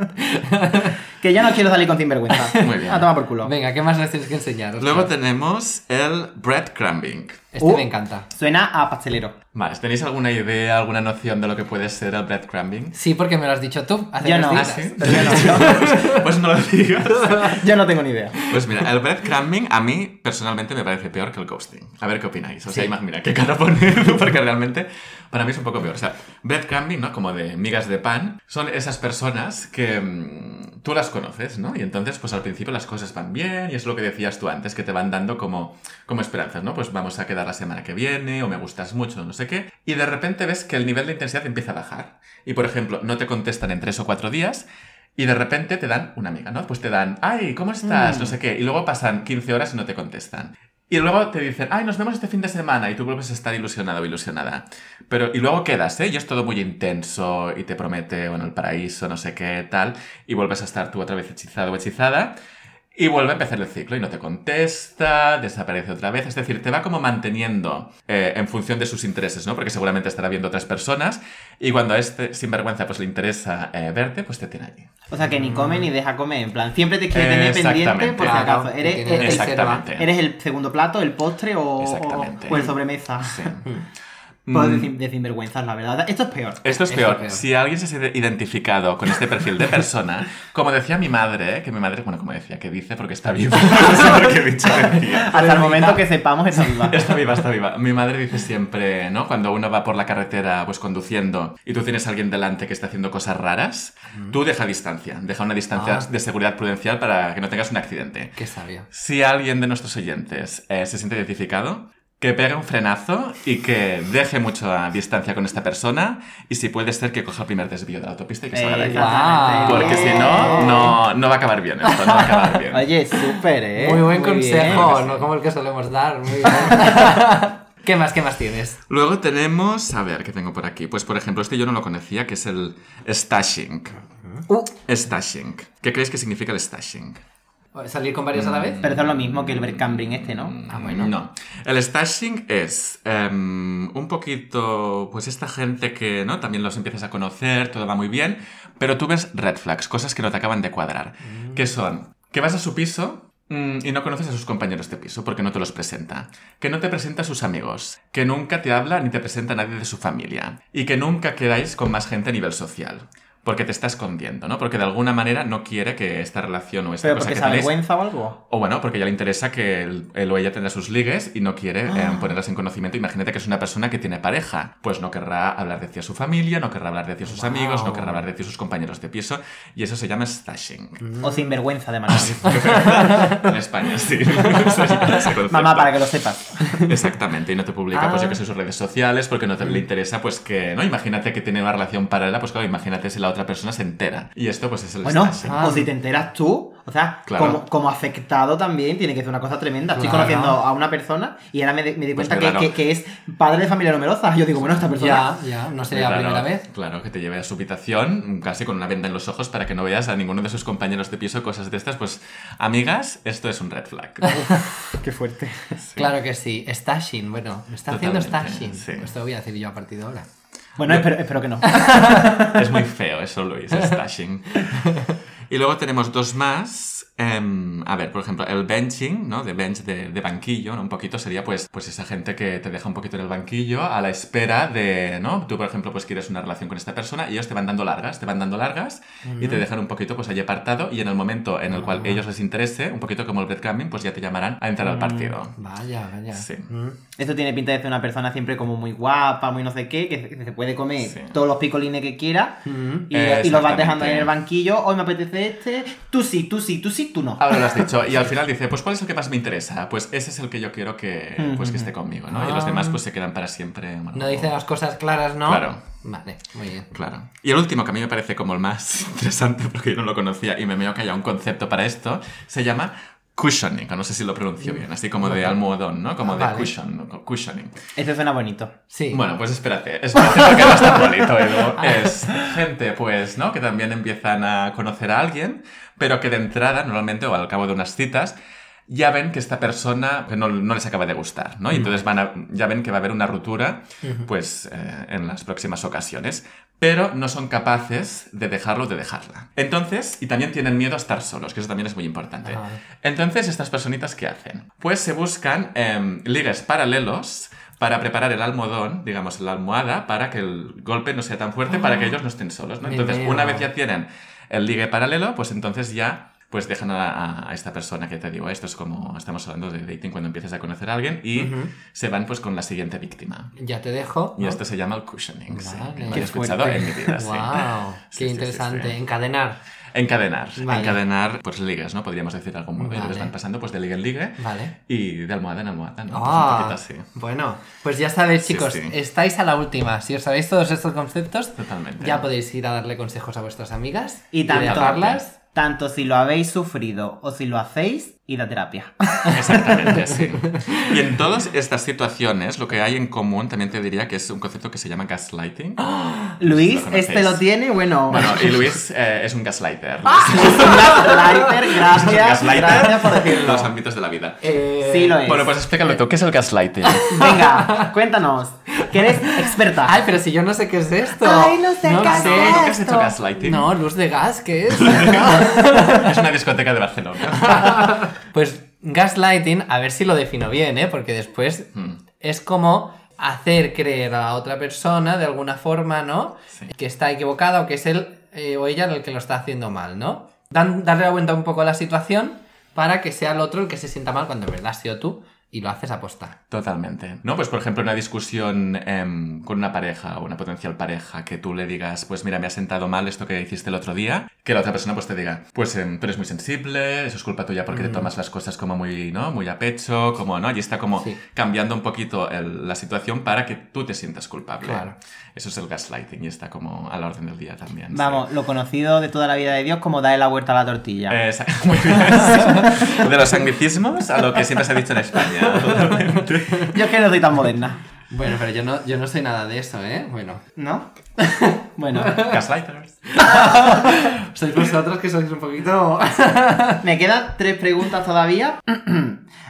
que yo no quiero salir con sinvergüenza. Muy bien. A tomar por culo. Venga, ¿qué más nos tienes que enseñar? Oscar? Luego tenemos el breadcrumbing. Este Uh. me encanta. Suena a pastelero. Vale, ¿tenéis alguna idea, alguna noción de lo que puede ser el breadcrumbing? Sí, porque me lo has dicho tú. hace Yo unos no. días. ¿Ah, sí? Yo no. pues no lo digas. Yo no tengo ni idea. Pues mira, el breadcrumbing a mí personalmente me parece peor que el ghosting. A ver qué opináis. O sea, Sí. imag- mira, qué cara pone Edu, porque realmente para mí es un poco peor. O sea, breadcrumbing, ¿no? Como de migas de pan, son esas personas que mm, tú las conoces, ¿no? Y entonces, pues al principio las cosas van bien y es lo que decías tú antes, que te van dando como, como esperanzas, ¿no? Pues vamos a quedar quedar la semana que viene, o me gustas mucho, no sé qué, y de repente ves que el nivel de intensidad empieza a bajar. Y por ejemplo, no te contestan en tres o cuatro días, y de repente te dan una amiga, ¿no? Pues te dan, ay, ¿cómo estás? No sé qué, y luego pasan 15 horas y no te contestan. Y luego te dicen, ay, nos vemos este fin de semana, y tú vuelves a estar ilusionado o ilusionada. Pero, y luego quedas, ¿eh? Y es todo muy intenso, y te promete, bueno, el paraíso, no sé qué, tal, y vuelves a estar tú otra vez hechizado o hechizada. Y vuelve a empezar el ciclo y no te contesta, desaparece otra vez. Es decir, te va como manteniendo eh, en función de sus intereses, ¿no? Porque seguramente estará viendo otras personas y cuando a este sinvergüenza pues le interesa eh, verte, pues te tiene allí. O sea, que ni come ni deja comer. En plan, siempre te quiere tener Exactamente. pendiente por si Claro, acaso. te Eres, tiene eres- reserva. Exactamente. eres el segundo plato, el postre o, o- Exactamente. o el sobremesa. Sí. Pues Mm. de, cin- de sinvergüenzas, la verdad. Esto es peor. Esto es Esto es peor. peor. Si alguien se siente identificado con este perfil de persona, como decía mi madre, ¿eh? que mi madre, bueno, como decía, que dice porque está viva. No sé por qué he dicho decía. Hasta el momento que sepamos esa viva. Está viva, está viva. Mi madre dice siempre, ¿no? Cuando uno va por la carretera, pues conduciendo, y tú tienes a alguien delante que está haciendo cosas raras, tú deja distancia, deja una distancia Ah. de seguridad prudencial para que no tengas un accidente. Qué sabio. Si alguien de nuestros oyentes eh, se siente identificado, que pegue un frenazo y que deje mucha distancia con esta persona, y si puede ser que coja el primer desvío de la autopista y que salga de ahí. Exactamente. Porque si no, no, no va a acabar bien esto, no va a acabar bien. Oye, súper, ¿eh? muy buen consejo, bien. pues no como el que solemos dar. Muy bien. ¿Qué más, qué más tienes? Luego tenemos, a ver, ¿qué tengo por aquí? Pues por ejemplo, este yo no lo conocía, que es el stashing. Uh, Stashing. ¿Qué creéis que significa el stashing? ¿Salir con varios a la vez? Pero eso es lo mismo que el Berkambrin este, ¿no? Ah, bueno. Mm, No. El stashing es em, un poquito, pues esta gente que, ¿no? También los empiezas a conocer, todo va muy bien, pero tú ves red flags, cosas que no te acaban de cuadrar, Mm. que son que vas a su piso mm, y no conoces a sus compañeros de piso porque no te los presenta, que no te presenta a sus amigos, que nunca te habla ni te presenta a nadie de su familia y que nunca quedáis con más gente a nivel social. Porque te está escondiendo, ¿no? Porque de alguna manera no quiere que esta relación o esta Pero cosa porque se que Pues tenéis avergüenza o algo. o bueno, porque ya le interesa que él, él o ella tendrá sus ligues y no quiere eh, Ah. ponerlas en conocimiento. Imagínate que es una persona que tiene pareja. Pues no querrá hablar de ti a su familia, no querrá hablar de ti a sus amigos, no querrá hablar de ti a sus compañeros de piso. Y eso se llama stashing. O sinvergüenza Ah, de manera. en España, sí. Se llama ese concepto. Mamá, para que lo sepas. Exactamente, y no te publica, pues Ah. yo que sé, sus redes sociales, porque no te, le interesa, pues que, ¿no? Imagínate que tiene una relación paralela, pues claro, imagínate si la otra persona se entera. Y esto, pues es el Bueno, stashing. Ah. o si te enteras tú, o sea, Claro. como, como afectado también tiene que ser una cosa tremenda. Estoy Claro. conociendo a una persona y ahora me, di- me di Pues cuenta claro. que, que- que es padre de familia numerosa. Yo digo, bueno, esta persona. Ya, ya, no sería la Claro, primera vez. Claro, que te lleve a su habitación casi con una venda en los ojos para que no veas a ninguno de sus compañeros de piso, cosas de estas. Pues, amigas, esto es un red flag. Qué fuerte. Claro que sí. Stashing, bueno, me está haciendo Totalmente, stashing. sí. Esto lo voy a decir yo a partir de ahora. Bueno, espero, espero que no. es muy feo eso, Luis, es stashing. Y luego tenemos dos más. em, a ver, por ejemplo, el benching, ¿no? De bench de, de banquillo, ¿no? Un poquito sería pues, pues esa gente que te deja un poquito en el banquillo a la espera de, ¿no? Tú, por ejemplo, pues quieres una relación con esta persona y ellos te van dando largas, te van dando largas y te dejan un poquito pues allí apartado y en el momento en el cual ellos les interese, un poquito como el breadcrumbing, pues ya te llamarán a entrar al partido. Vaya, vaya. Sí. Mm. Esto tiene pinta de ser una persona siempre como muy guapa, muy no sé qué, que se- que se puede comer Sí. todos los picolines que quiera Mm. y, y los vas Exactamente. dejando ahí en el banquillo. Hoy me apetece este, tú sí, tú sí, tú sí, tú no. Ahora lo has dicho. Y al final dice, pues ¿cuál es el que más me interesa? Pues ese es el que yo quiero que, pues, que esté conmigo, ¿no? Y los Ah. demás pues se quedan para siempre. bueno, No dicen las cosas claras, ¿no? Claro. Vale, muy bien. Claro. Y el último, que a mí me parece como el más interesante, porque yo no lo conocía y me veo que haya un concepto para esto, se llama cushioning, o no sé si lo pronuncio bien, así como de almohadón, ¿no? Como Mm. Ah, de vale. cushion, o cushioning. Esto suena bonito. Sí. Ah. Bueno, pues espérate, espérate porque no es tan bonito, Edu. ¿eh? Es gente, pues, ¿no? Que también empiezan a conocer a alguien, pero que de entrada, normalmente, o al cabo de unas citas, ya ven que esta persona que no, no les acaba de gustar, Mm. ¿no? Y entonces van a- ya ven que va a haber una ruptura, pues, eh, en las próximas ocasiones. Pero no son capaces de dejarlo o de dejarla. Entonces, y también tienen miedo a estar solos, que eso también es muy importante. Ah. Entonces, ¿estas personitas qué hacen? Pues se buscan em, ligues paralelos para preparar el almohadón, digamos, la almohada, para que el golpe no sea tan fuerte, para que ellos no estén solos, ¿no? Ah, me Entonces, veo. una vez ya tienen el ligue paralelo, pues entonces ya pues dejan a, a- a esta persona que te digo, esto es como estamos hablando de dating cuando empiezas a conocer a alguien y Ujú. se van pues con la siguiente víctima. Ya te dejo. Y esto se llama el cushioning. sí, Vale. que lo Qué he escuchado fuerte. en mi vida, sí. Wow, Sí, qué sí, sí, interesante. sí. Encadenar. Encadenar. Vale. Encadenar, pues ligas, ¿no? Podríamos decir de algún modo. Y Vale. entonces van pasando pues de liga en liga Vale. y de almohada en almohada, ¿no? Pues Ah, un poquito así. Bueno, pues ya sabéis, Sí, chicos, sí. estáis a la última. Si os sabéis todos estos conceptos, Totalmente. ya podéis ir a darle consejos a vuestras amigas Y tanto, dejarlas. tanto si lo habéis sufrido o si lo hacéis, id a terapia. Exactamente, sí. Y en todas estas situaciones, lo que hay en común también te diría que es un concepto que se llama gaslighting. Luis, Lo este conocéis. lo tiene, bueno. Bueno, y Luis eh, es un gaslighter. Es un gaslighter, Es Ah, un gracias. gaslighter Gracias por en los decirlo. ámbitos de la vida. Eh, Sí lo es. Bueno, pues explícalo tú, ¿qué es el gaslighting? Venga, cuéntanos. Que eres experta. Ay, pero si yo no sé qué es esto. Ay, luz de no gas. sé. ¿No? ¿Nunca has hecho Esto. gaslighting? No, luz de gas, ¿qué es? Es una discoteca de Barcelona. pues gaslighting, a ver si lo defino bien, ¿eh? Porque después Mm. es como hacer creer a la otra persona de alguna forma, ¿no? Sí. Que está equivocada o que es él eh, o ella el que lo está haciendo mal, ¿no? Dan- darle la vuelta un poco a la situación para que sea el otro el que se sienta mal cuando en verdad has sido tú y lo haces apostar. Totalmente. No, pues por ejemplo, una discusión em, con una pareja o una potencial pareja que tú le digas, pues mira, me ha sentado mal esto que hiciste el otro día, que la otra persona pues te diga, pues em, tú eres muy sensible, eso es culpa tuya porque Mm. te tomas las cosas como muy, ¿no? Muy a pecho, como, ¿no? Y está como Sí. cambiando un poquito el- la situación para que tú te sientas culpable. Claro. Eso es el gaslighting y está como a la orden del día también. sí. Vamos, lo conocido de toda la vida de Dios como darle la vuelta a la tortilla. Eh, sa- muy bien, sí. De los anglicismos a lo que siempre se ha dicho en España. totalmente. Yo es que no soy tan moderna, Bueno, pero yo no, yo no soy nada de eso, ¿eh? Bueno, ¿no? Bueno, Gaslighters. sois vosotros que sois un poquito... me quedan tres preguntas todavía.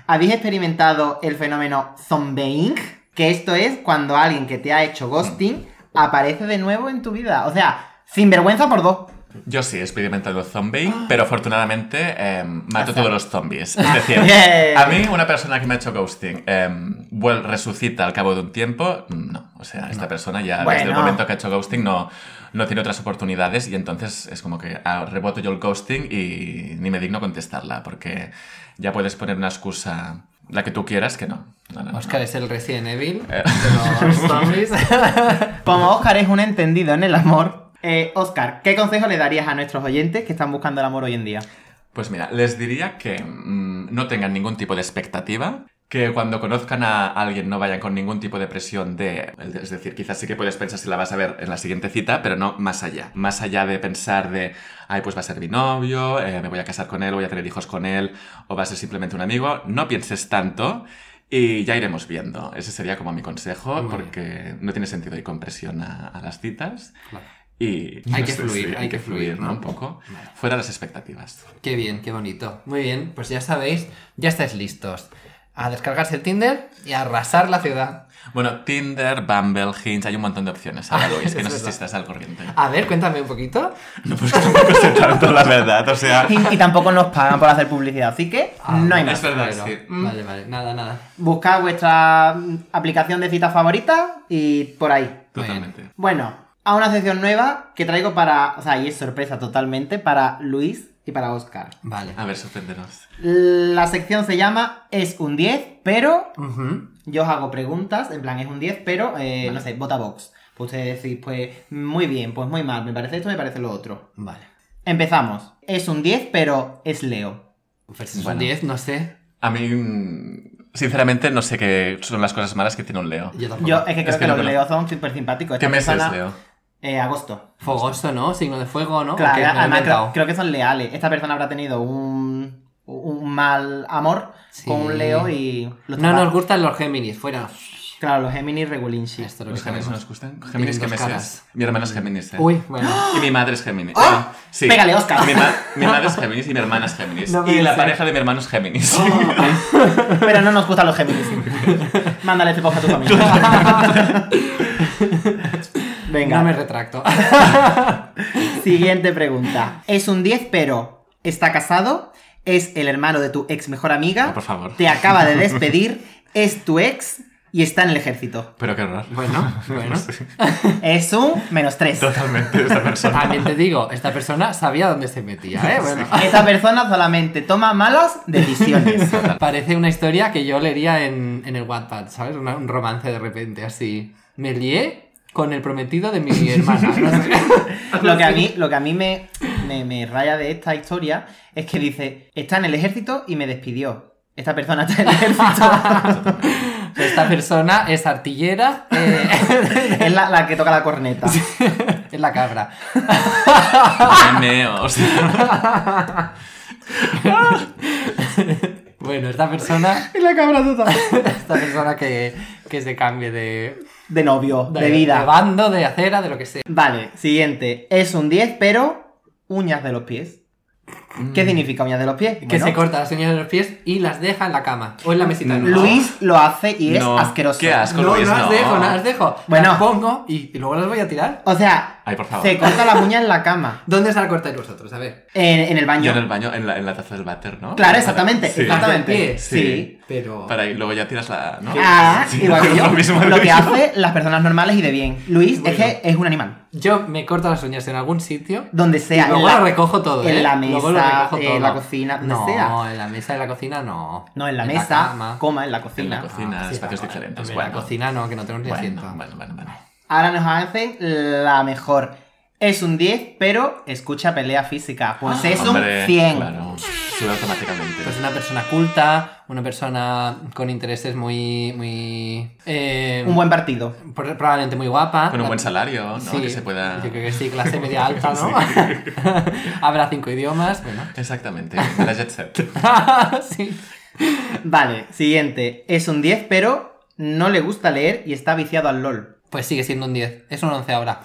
¿Habéis experimentado el fenómeno zombeing? Que esto es cuando alguien que te ha hecho ghosting aparece de nuevo en tu vida. O sea, sinvergüenza por dos. Yo sí he experimentado zombie, pero afortunadamente em, mato todos los zombies. Es decir, Bien. a mí una persona que me ha hecho ghosting em, vuel- resucita al cabo de un tiempo, no. O sea, esta persona ya desde el Bueno. momento que ha hecho ghosting no, no tiene otras oportunidades y entonces es como que ah, reboto yo el ghosting y ni me digno contestarla porque ya puedes poner una excusa, la que tú quieras, que no. No, no, no. Oscar es el Resident Evil de los zombies. Como Oscar es un entendido en el amor, eh, Oscar, ¿qué consejo le darías a nuestros oyentes que están buscando el amor hoy en día? Pues mira, les diría que mm, no tengan ningún tipo de expectativa, que cuando conozcan a alguien no vayan con ningún tipo de presión de... Es decir, quizás sí que puedes pensar si la vas a ver en la siguiente cita, pero no más allá. Más allá de pensar de, ay, pues va a ser mi novio, eh, me voy a casar con él, voy a tener hijos con él, o va a ser simplemente un amigo, no pienses tanto. Y ya iremos viendo. Ese sería como mi consejo, Muy bien. porque no tiene sentido ir con presión a, a las citas. Claro. Y Hay no que sé, fluir, sí, hay que fluir, ¿no? Un poco. Vale. Fuera las expectativas. Qué bien, qué bonito. Muy bien, pues ya sabéis, ya estáis listos. A descargarse el Tinder y a arrasar la ciudad. Bueno, Tinder, Bumble, Hinge, hay un montón de opciones. Ahora, Luis, que no es sé si verdad. estás al corriente. A ver, cuéntame un poquito. No, pues tampoco sé tanto, la verdad, o sea... Y, y tampoco nos pagan por hacer publicidad, así que no hay es más. verdad, Ah, Bueno, sí. mm. Vale, vale, nada, nada. Buscad vuestra mm, aplicación de citas favorita y por ahí. Totalmente. Bueno, a una sección nueva que traigo para. O sea, y es sorpresa totalmente para Luis y para Oscar. Vale. A ver, sorpréndenos. La sección se llama Es un 10, pero Ujú. Yo os hago preguntas, en plan es un 10, pero eh, no sé, vota box. Pues ustedes decís, pues muy bien, pues muy mal, me parece esto, me parece lo otro. Vale. Empezamos. Es un 10, pero es Leo. Pues es un Bueno. 10, no sé. A mí, mm, sinceramente, no sé qué son las cosas malas que tiene un Leo. Yo tampoco. Yo eh, es que creo que que, no los conozco. Leo son súper simpáticos. Esta ¿Qué mes persona- es, Leo? Eh, agosto. Fogoso, ¿no? Signo de fuego, ¿no? ¿O Claro, qué? Me lo he además creo, inventado. creo que son leales. Esta persona habrá tenido un, un mal amor Sí. con un Leo y... Los No tapa- nos gustan los Géminis, fuera. Claro, los Géminis regulinchi. Esto es lo que Pues ¿Los Géminis sabemos. nos gustan? ¿Géminis qué dos mes caras. es? Mi hermana es Géminis, ¿eh? Uy, bueno. Y mi madre es Géminis. ¡Ah! Eh, sí. Pégale, Óscar. Mi, ma- mi madre es Géminis y mi hermana es Géminis. No Oh. puede y la ser. pareja de mi hermano es Géminis. Pero no nos gustan los Géminis. Mándale este podcast a tu familia. Venga. No me retracto. Siguiente pregunta. Es un 10, pero está casado, es el hermano de tu ex mejor amiga, No, por favor. te acaba de despedir, es tu ex y está en el ejército. Pero qué raro. Bueno, bueno. Sí, Es un menos 3. Totalmente, esta persona. También te digo, esta persona sabía dónde se metía, ¿eh? Bueno. Esa persona solamente toma malas decisiones. Parece una historia que yo leería en, en el Wattpad, ¿sabes? Una- un romance de repente, así. Me lié con el prometido de mi hermana. no sé. Lo que a mí, lo que a mí me, me- me raya de esta historia es que dice, está en el ejército y me despidió. Esta persona está en el ejército. Esta persona es artillera eh, es la, la que toca la corneta. en la cabra. Meme, o sea, Bueno, esta persona, Es la cabra total. esta persona que, que se cambie de, De novio, de, de vida. bando, de acera, de lo que sea. Vale, siguiente. Es un 10, pero uñas de los pies. Mm. ¿Qué significa uñas de los pies? Que Bueno, se corta las uñas de los pies y las deja en la cama o en la mesita. de noche. Luis lo hace y es No, asqueroso. qué asco. No, no Luis, las no. dejo, no las dejo. Bueno. Las pongo y, y luego las voy a tirar. O sea, Ay, por favor. se corta las uñas en la cama. ¿Dónde se la cortáis vosotros? A ver. En, en el Yo baño. en el baño, en la, en la taza del váter, ¿no? Claro, exactamente. Ah. Sí. Exactamente. Las del pie. sí. Pero. Para ahí, luego ya tiras la. ¿no? Ah, Sí, igual que lo yo. mismo lo digo. que hace las personas normales y de bien. Luis es que es un animal. Yo me corto las uñas en algún sitio. Donde sea. luego en la- lo recojo todo. en ¿eh? la Luego lo mesa, eh, recojo en todo. la cocina, donde no, sea. en la mesa, en la cocina no. No, en la mesa, cama. Ah, coma, en la cocina. En la cocina. espacios bueno, diferentes, En la bueno. cocina no, que no tenemos ni asiento. Bueno, bueno, bueno, bueno. Ahora nos hacen la mejor. Es un 10, pero escucha pelea física. Pues es Ah, Hombre, un 100. Claro, sube automáticamente. Pues una persona culta, una persona con intereses muy. muy eh, Un buen partido. por- probablemente muy guapa. Con un buen La- salario, ¿no? Sí, que se pueda. Yo creo que sí, clase media alta, ¿no? Habrá cinco idiomas, bueno. Exactamente, de la jet set. sí. Vale, siguiente. Es un 10, pero no le gusta leer y está viciado al LOL. Pues sigue siendo un 10. Es un 11 ahora.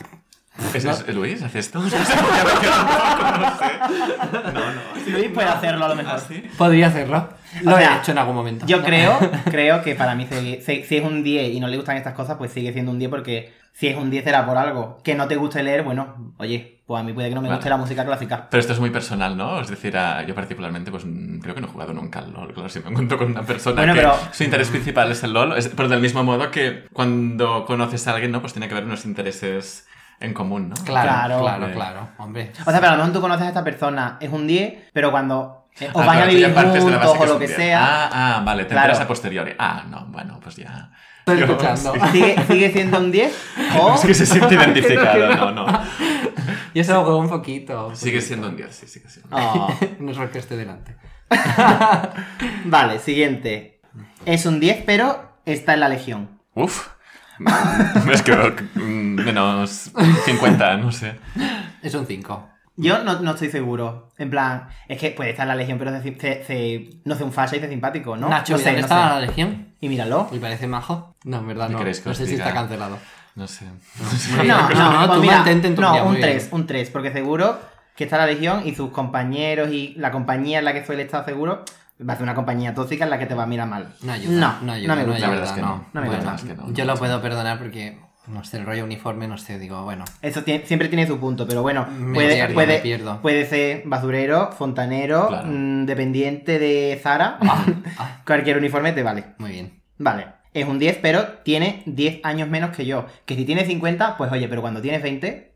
¿Es, es- Luis, ¿haces esto? No sé, ya me quedo un poco, no sé. No, no. Luis puede hacerlo a lo mejor. ¿Ah, sí? Podría hacerlo. Lo O sea, he hecho en algún momento. Yo creo, creo que para mí, se- se- si es un 10 y no le gustan estas cosas, pues sigue siendo un 10 porque si es un 10 era por algo. Que no te guste leer, bueno, oye, pues a mí puede que no me Vale. guste la música clásica. Pero esto es muy personal, ¿no? Es decir, a- yo particularmente, pues mm, creo que no he jugado nunca al LOL. Claro, si me encuentro con una persona Bueno, que pero- su interés principal es el LOL, es- pero del mismo modo que cuando conoces a alguien, ¿no? Pues tiene que haber unos intereses en común, ¿no? Claro, Claro. claro, Eh. claro. Hombre. O sea, pero a lo mejor tú conoces a esta persona, es un 10, pero cuando eh, os van Ah, claro, a tú ya vivir partes de la base juntos que o es lo un que bien. sea, Ah, ah, vale, te Claro. enteras a posteriori. Ah, no, bueno, pues ya. Estoy Yo- escuchando. sigue, sigue siendo un 10 o... Es que se siente identificado, no, no. Yo se lo juego un poquito. un Sigue poquito. siendo un 10, sí, sigue siendo. Oh. No es porque esté delante. Vale, siguiente. Es un 10, pero está en la legión. Uf. Es que mm, menos 50, no sé. Es un 5. Yo no, no estoy seguro. En plan, es que puede estar en la legión, pero se- se- se- no sé, un falla y se simpático, ¿no? Nacho, no ¿y sé, ¿dónde no estaba sé. la legión? Y míralo. ¿Y parece majo? No, en verdad ¿Qué no. queréis que No os sé si diga? está cancelado. No sé. No, no, pues tú mira, mantente en tu no, idea, un muy bien. 3, un 3, porque seguro que está la Legión y sus compañeros y la compañía en la que suele estar seguro va a ser una compañía tóxica en la que te va a mirar mal. No ayuda. No, no no ayuda. me gusta. La verdad es que no. No me Bueno, gusta. Es que no, yo no. lo puedo perdonar porque, no sé, el rollo uniforme, no sé, digo, bueno. Eso tie- siempre tiene su punto, pero bueno, Me puede, pierdo, puede, me pierdo. puede ser basurero, fontanero, Claro. mm, dependiente de Zara. Ah, Cualquier uniforme te vale. muy bien. Vale. Es un 10, pero tiene 10 años menos que yo. Que si tienes 50, pues oye, pero cuando tienes 20.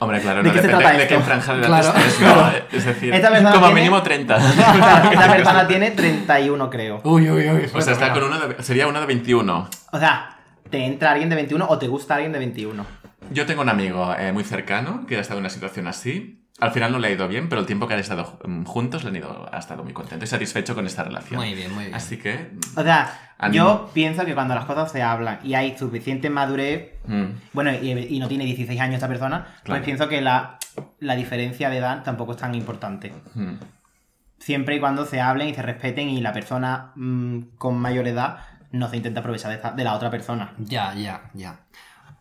Hombre, claro, ¿De no qué se depende trata de esto? qué franja de Claro. edad estés, ¿no? Es decir, Esta persona como tiene- mínimo 30. claro, esa persona tiene 31, creo. Uy, uy, uy. O sea, está con uno de- sería uno de 21. O sea, te entra alguien de 21 o te gusta alguien de 21. Yo tengo un amigo eh, muy cercano que ha estado en una situación así. Al final no le ha ido bien, pero el tiempo que han estado mm, juntos le han ido, ha estado muy contento y satisfecho con esta relación. Muy bien, muy bien. Así que... O sea, Ánimo. yo pienso que cuando las cosas se hablan y hay suficiente madurez, mm, bueno, y, y no tiene 16 años esta persona, pues Claro. pienso que la, la diferencia de edad tampoco es tan importante. mm. Siempre y cuando se hablen y se respeten y la persona mm, con mayor edad no se intenta aprovechar de, esta- de la otra persona. Ya, ya, ya.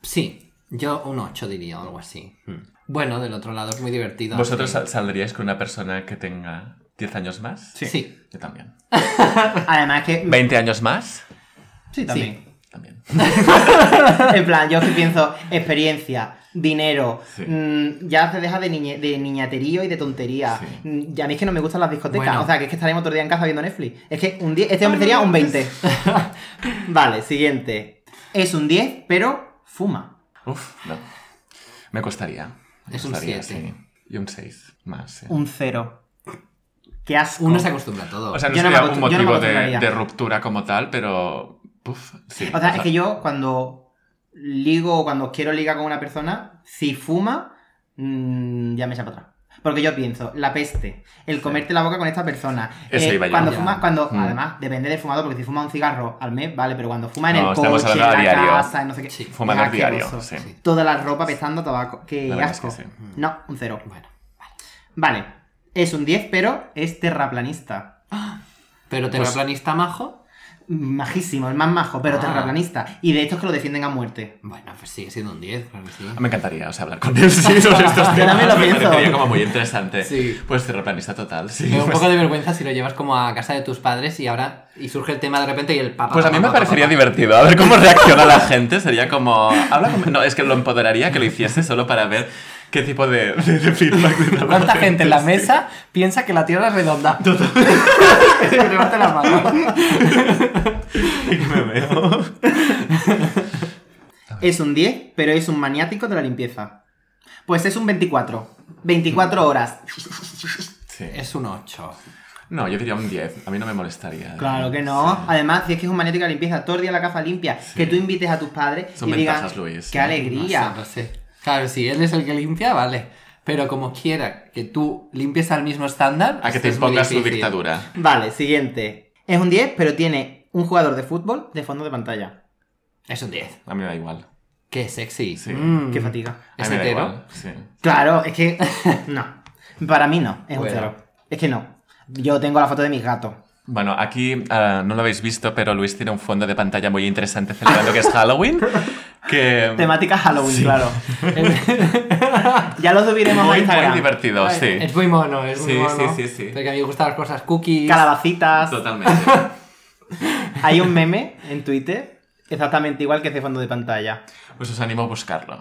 Sí, yo un 8 diría, o algo así. Hmm. Bueno, del otro lado es muy divertido. ¿Vosotros así. sal- saldríais con una persona que tenga 10 años más? Sí. Sí. Yo también. Además que... ¿20 años más? Sí, también. también. En plan, yo sí pienso experiencia, dinero, Sí. mm, ya se deja de, niñe- de niñaterío y de tontería. Sí. Mm, Y a mí es que no me gustan las discotecas, Bueno. o sea, que es que estaremos otro día en casa viendo Netflix. Es que un 10, este hombre sería un 20. vale, siguiente. Es un 10, pero fuma. Uf, no. Me costaría. Me Es un costaría, siete. sí. Y un 6 más. sí. Un 0. Qué asco. Uno se acostumbra a todo. O sea, no Yo no me sería acostu- un yo no me motivo de, acostumbraría. de ruptura como tal, pero. Puf, sí. O sea, es que yo cuando ligo o cuando quiero ligar con una persona, si fuma, mm, ya me echa para atrás. Porque yo pienso, la peste, el comerte la boca con esta persona. Eh, Eso iba yo. cuando Ya. fuma, cuando, Mm. además, depende del fumador, porque si fuma un cigarro al mes, vale, pero cuando fuma en No, el estamos coche, en hablando la a diario. casa, en no sé qué. Sí, es Fumar diario. asqueroso. Sí. Sí. Toda la ropa pestando a tabaco. Qué La verdad es asco. que sí. No, un cero. Bueno, Vale. Es un 10, pero es terraplanista. pero Pues terraplanista majo. Majísimo, el más majo, pero Ah. terraplanista. Y de estos que lo defienden a muerte. Bueno, pues sigue siendo un 10, claro que sí. Me encantaría, o sea, hablar con él sí, sobre estos Yo temas. también lo me pienso. parecería como muy interesante. Sí. Pues terraplanista total, sí. Me da un Pues- poco de vergüenza si lo llevas como a casa de tus padres y ahora y surge el tema de repente y el papá. Pues a mí me papá, papá, parecería papá. divertido, a ver cómo reacciona la gente, sería como... Habla con- No, es que lo empoderaría que lo hiciese solo para ver qué tipo de, de- de feedback le daba ¿Cuánta la gente en la mesa piensa que la Tierra es redonda? Levanta la mano. Y que me veo. Es un 10, pero es un maniático de la limpieza. Pues es un 24. 24 horas. Sí. Es un 8. No, yo diría un 10, a mí no me molestaría. ¿eh? Claro que no. Sí. Además, si es que es un maniático de la limpieza, todo el día la casa limpia, que tú invites a tus padres Son y digas, ventajas, Luis. qué No alegría. No sé, no sé. Claro, si él es el que limpia, vale. Pero como quiera que tú limpies al mismo estándar. A que te es muy impongas tu difícil. dictadura. Vale, siguiente. Es un 10, pero tiene un jugador de fútbol de fondo de pantalla. Es un 10. A mí me da igual. Qué sexy. Sí. Mm. Qué fatiga. A ¿Es mí me da hetero? igual, sí. Claro, es que... No. Para mí no, es Bueno. un cero. Es que no. Yo tengo la foto de mis gatos. Bueno, aquí ah, no lo habéis visto, pero Luis tiene un fondo de pantalla muy interesante celebrando que es Halloween. Que... Temática Halloween, Sí. claro. ya lo subiremos a Muy, muy Instagram. divertido, Ay, sí. Es muy mono, es muy Sí, mono. sí, sí, sí. Porque a mí me gustan las cosas cookies. Calabacitas. Totalmente. Hay un meme en Twitter exactamente igual que ese fondo de pantalla. Pues os animo a buscarlo.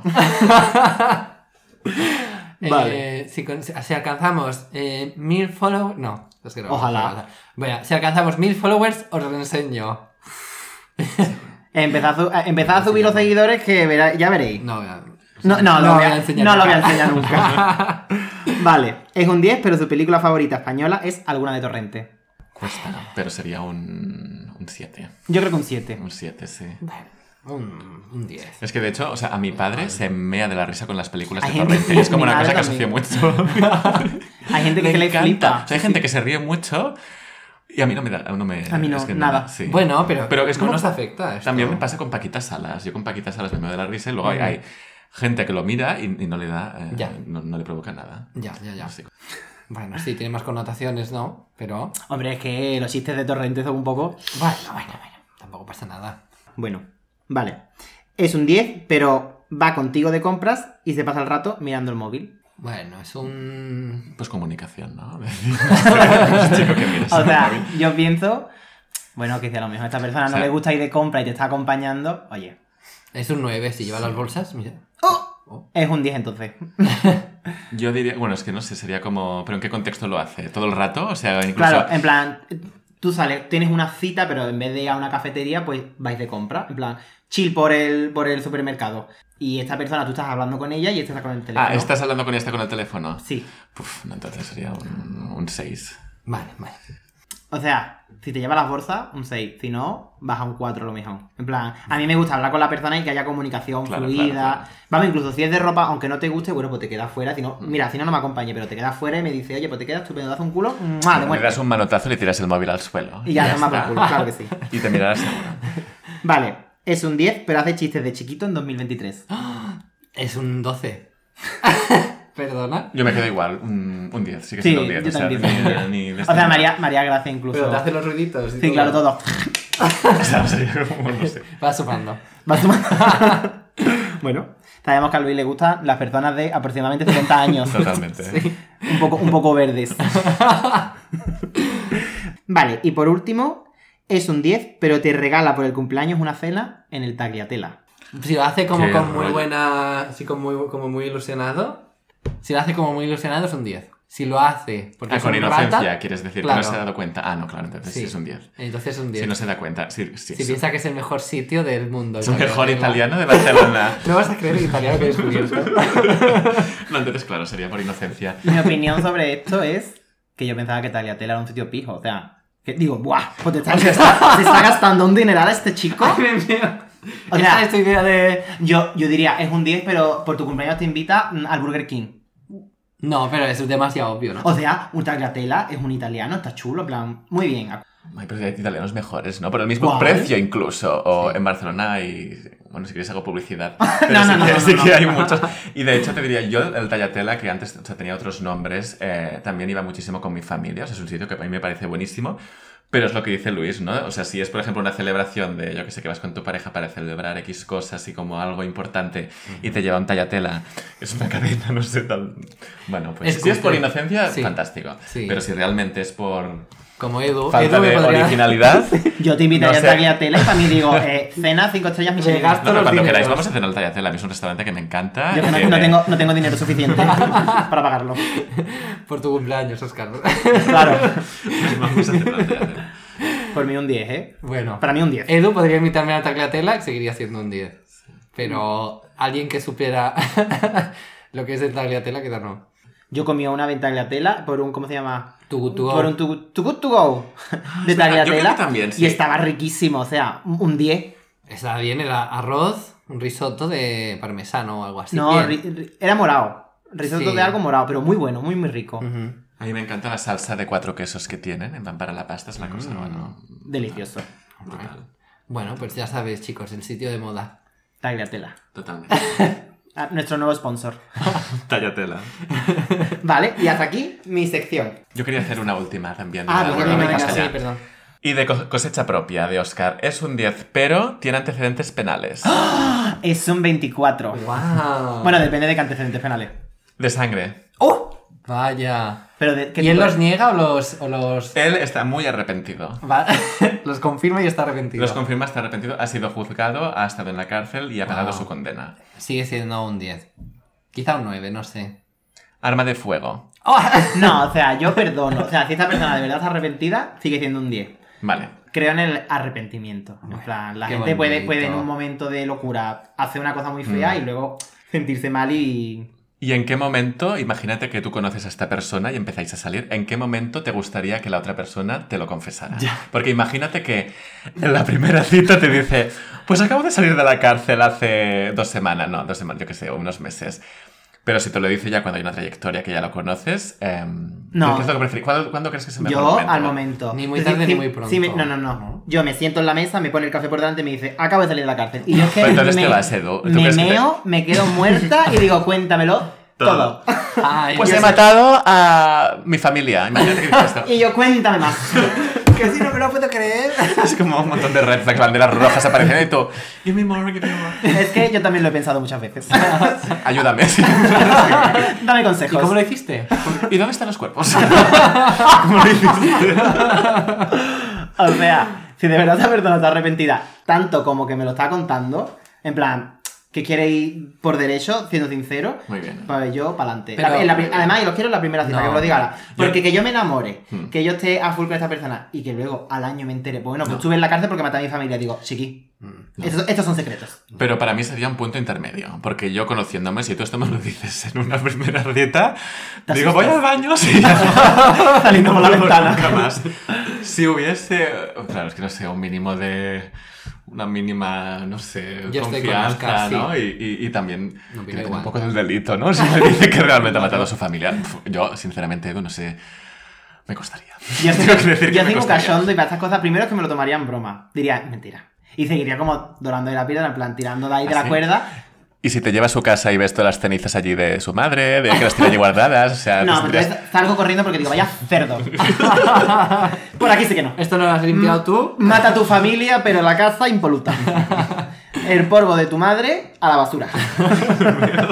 Eh, Vale. Si, con- si alcanzamos eh, mil followers. No, es que no. Ojalá. no, no. Bueno, si alcanzamos mil followers, os lo enseño. Empezad a, su- a- empezad a subir los seguidores que verá- ya veréis. No, no, No, no, lo voy a- no lo voy a nunca. enseñar nunca. vale, es un 10, pero su película favorita española es alguna de Torrente. Cuesta, pero sería un un 7. Yo creo que un 7. Un 7, sí. Bueno, un, un 10. Es que de hecho, o sea, a mi padre se mea de la risa con las películas de Hay gente- Torrente. Es como mi una madre cosa que asocio también. mucho. Hay gente que se le flipa. O sea, hay gente que se ríe mucho y a mí no me da. No me, A mí no, es que nada. sí. Bueno, pero, Pero es no como- nos afecta esto. También me pasa con Paquita Salas. Yo con Paquita Salas me meo de la risa y luego hay, hay gente que lo mira y, y no le da. eh, Ya. no, no le provoca nada. Ya, ya, ya. Sí. Bueno, sí, tiene más connotaciones, ¿no? Pero. Hombre, es que los chistes de Torrente son un poco... Bueno, bueno, bueno. Tampoco pasa nada. Bueno, vale. Es un 10, pero va contigo de compras y se pasa el rato mirando el móvil. Bueno, es un. Pues comunicación, ¿no? Sí, chico que mira, O sí. sea, yo pienso, bueno, que si a lo mejor a esta persona no O sea- le gusta ir de compra y te está acompañando, oye, Es un 9. Si lleva las bolsas, mira. es un 10 entonces. Yo diría, bueno, es que no sé, sería como, pero ¿en qué contexto lo hace? ¿Todo el rato? O sea, incluso... ah, Claro, en plan, tú sales, tienes una cita, pero en vez de ir a una cafetería, pues vais de compra. En plan, chill por el, por el supermercado. Y esta persona, tú estás hablando con ella y esta está con el teléfono. Ah, estás hablando con esta con el teléfono. Sí. Puf, no, entonces sería un 6. Vale, vale. O sea, si te lleva las bolsas, un 6. Si no, baja un 4 lo mejor. En plan, a mí me gusta hablar con la persona y que haya comunicación Claro, fluida. claro, claro. Vamos, incluso si es de ropa, aunque no te guste, bueno, pues te quedas fuera. Si no, mira, si no, no me acompañe, pero te quedas fuera y me dice, oye, pues te quedas estupendo, te das un culo, ¡mua! de Le muerte. das un manotazo y le tiras el móvil al suelo. Ah, Y ya, toma por está. culo, claro que sí. Y te mirarás seguro. Vale, es un 10, pero hace chistes de chiquito en 2023. Es un 12. Perdona. Yo me quedo igual, un, un 10, sí que Sí, siendo un 10. yo o sea, también. ni- este ni O les sea, tengo- María, María Gracia incluso. los ruiditos. Sí, claro, todo. O sea, sería como, no sé. Va sumando. Va sumando. bueno, sabemos que a Luis le gustan las personas de aproximadamente 70 años. Totalmente. un poco, un poco verdes. vale, y por último, es un 10, pero te regala por el cumpleaños una cena en el Tagliatela. Si lo hace como Qué con muy rollo. buena. Así como muy, como muy ilusionado. Si lo hace como muy ilusionado es un 10. Si lo hace porque Ah, es con un inocencia, rata, quieres decir, claro. que no se ha dado cuenta. Ah, no, claro, entonces sí, Sí. es un 10. entonces es un 10. Si no se da cuenta, sí, sí, si es- piensa que es el mejor sitio del mundo. es el mejor Italia. italiano de Barcelona. No vas a creer el italiano que he descubierto. No, entonces, claro, sería por inocencia. Mi opinión sobre esto es que yo pensaba que Tagliatela era un sitio pijo, o sea, que digo, ¡buah! Pues te está, se está- se está gastando un dineral este chico. Ay, Dios mío. O sea, Esta es tu idea de. Yo, yo diría, es un 10, pero por tu cumpleaños te invita mm, al Burger King. No, pero es demasiado obvio, ¿no? O sea, un tagliatella es un italiano, está chulo, en plan, muy bien. Ay, pero hay italianos mejores, ¿no? Por el mismo Guau. precio incluso. O en Barcelona hay... Bueno, si quieres hago publicidad. Pero No, sí no, no, que, no, sí no, que no. hay muchos. Y de hecho te diría, yo el Tallatela, que antes o sea, tenía otros nombres, eh, también iba muchísimo con mi familia. O sea, es un sitio que a mí me parece buenísimo. Pero es lo que dice Luis, ¿no? O sea, si es, por ejemplo, una celebración de, yo que sé, que vas con tu pareja para celebrar X cosas y como algo importante y te lleva un tallatela, es una cadena, no sé, tan... Bueno, pues Es si es por cultura. inocencia, Sí. fantástico. Sí. Pero si realmente es por Como Edu. falta Edu me de podría- originalidad, Yo te invitaría No sé. a tagliatella y para mí digo, eh, cena, cinco estrellas, Michelin. Regazo. No, Todos pero los cuando dineros. queráis vamos a cenar al Tallatela, a mí es un restaurante que me encanta. Yo que que no, no me- tengo, no tengo dinero suficiente para pagarlo. Por tu cumpleaños, Oscar. Claro, Vamos a cenar al Tagliatella. por mí un 10, ¿eh? bueno. Para mí un 10. Edu podría invitarme a la tagliatella, que seguiría siendo un 10. Pero alguien que supiera lo que es el tagliatella, quizás no. Yo comí una vez tagliatella por un, ¿cómo se llama? Tu good to go. Por un too, Good- Too good to go de verdad, Ah, yo creo que tagliatella. también, sí. Y estaba riquísimo, o sea, un 10. Estaba bien, era arroz, un risotto de parmesano o algo así. no, bien. ri- ri- era morado. Risotto Sí. Mm. de algo morado, pero muy bueno, muy, muy rico. Ujú. A mí me encanta la salsa de cuatro quesos que tienen, en plan para la pasta es la cosa, Mm. bueno, Delicioso. brutal. Bueno, pues ya sabéis, chicos, el sitio de moda. Tagliatella. Totalmente. Ah, nuestro nuevo sponsor. Tallatela. Vale, y hasta aquí mi sección. Yo quería hacer una última también. Ah, de no, alguna no, no, manera. venga, sí, ya. perdón. Y de co- cosecha propia de Oscar. Es un 10, pero tiene antecedentes penales. Es un 24. ¡Wow! Bueno, depende de qué antecedentes penales. De sangre. ¡Oh! Vaya. Pero de, ¿qué ¿Y él tipo los de- Eh. niega o los, o los... Él está muy arrepentido. va- los confirma y está arrepentido? Los confirma, está arrepentido, ha sido juzgado, ha estado en la cárcel y ha pagado Wow. su condena. Sigue siendo un 10. Quizá un 9, no sé. Arma de fuego. ¡Oh! No, o sea, yo perdono. O sea, si esta persona de verdad está arrepentida, sigue siendo un 10. Vale. Creo en el arrepentimiento. En plan, la qué gente puede, bonito. puede en un momento de locura hacer una cosa muy fea y luego sentirse mal y... ¿Y en qué momento, imagínate que tú conoces a esta persona y empezáis a salir, en qué momento te gustaría que la otra persona te lo confesara? Porque imagínate que en la primera cita te dice, pues acabo de salir de la cárcel hace dos semanas, no, dos semanas, yo qué sé, unos meses. Pero si te lo dice ya cuando hay una trayectoria que ya lo conoces, em, No. ¿qué es lo que preferís? ¿Cuándo, cuándo crees que es el mejor Yo momento? al momento. Ni muy Es decir, tarde ni si- muy pronto. si me- no, no, no. Yo me siento en la mesa, me pone el café por delante y me dice, acabo de salir de la cárcel. Y yo es que Pues entonces me, te vas, Edu. ¿Tú me crees que te- meo, me quedo muerta y digo, cuéntamelo todo. Todo. Ay, Pues yo he sé- matado a mi familia. Imagínate que dices esto. Y yo, cuéntame más. Que si no me lo puedo creer. Es como un montón de red flags, banderas rojas apareciendo y tú, give me more, give me more. Es que yo también lo he pensado muchas veces. Ayúdame. Dame ¿Y cómo consejos. lo hiciste? ¿Y dónde están los cuerpos? ¿Cómo lo hiciste? O sea, si de verdad esa persona está arrepentida, tanto como que me lo está contando, en plan, que quiere ir por derecho, siendo sincero, Muy bien. Pues yo, para adelante. Pero- además, yo los quiero en la primera cita, No. que me lo diga ahora. Porque Yo- que yo me enamore, Hmm. que yo esté a full con esta persona y que luego al año me entere, bueno, pues estuve en la cárcel porque maté a mi familia. Digo, chiqui, estos, estos son secretos. Pero para mí sería un punto intermedio, porque yo conociéndome, si tú esto me lo dices en una primera dieta, Te digo, voy asustas. al baño, sí. Saliendo por la ventana. Nunca más. Si hubiese, claro, es que no sé, un mínimo de... Una mínima, no sé, Yo estoy con confianza, Oscar, sí. ¿no? Y, y- y también No, mira, que tenga igual. un poco del delito, ¿no? Si me dice que realmente ha matado a su familia, pf, yo, sinceramente, Edu, no sé, me costaría. Yo soy, Tengo que decir que yo me soy un costaría. cachondo y para estas cosas, primero es que me lo tomaría en broma. Diría, mentira. Y seguiría como dorando de la piedra, en plan, tirando de ahí de ¿Ah, la sí? cuerda. Y si te lleva a su casa y ves todas las cenizas allí de su madre, de que las tiene allí guardadas, o sea, pues No, te pero sentirías- entonces salgo corriendo porque digo, vaya cerdo. por aquí sí que no. ¿Esto no lo has limpiado Mm. tú? Mata a tu familia, pero la casa impoluta. El polvo de tu madre a la basura.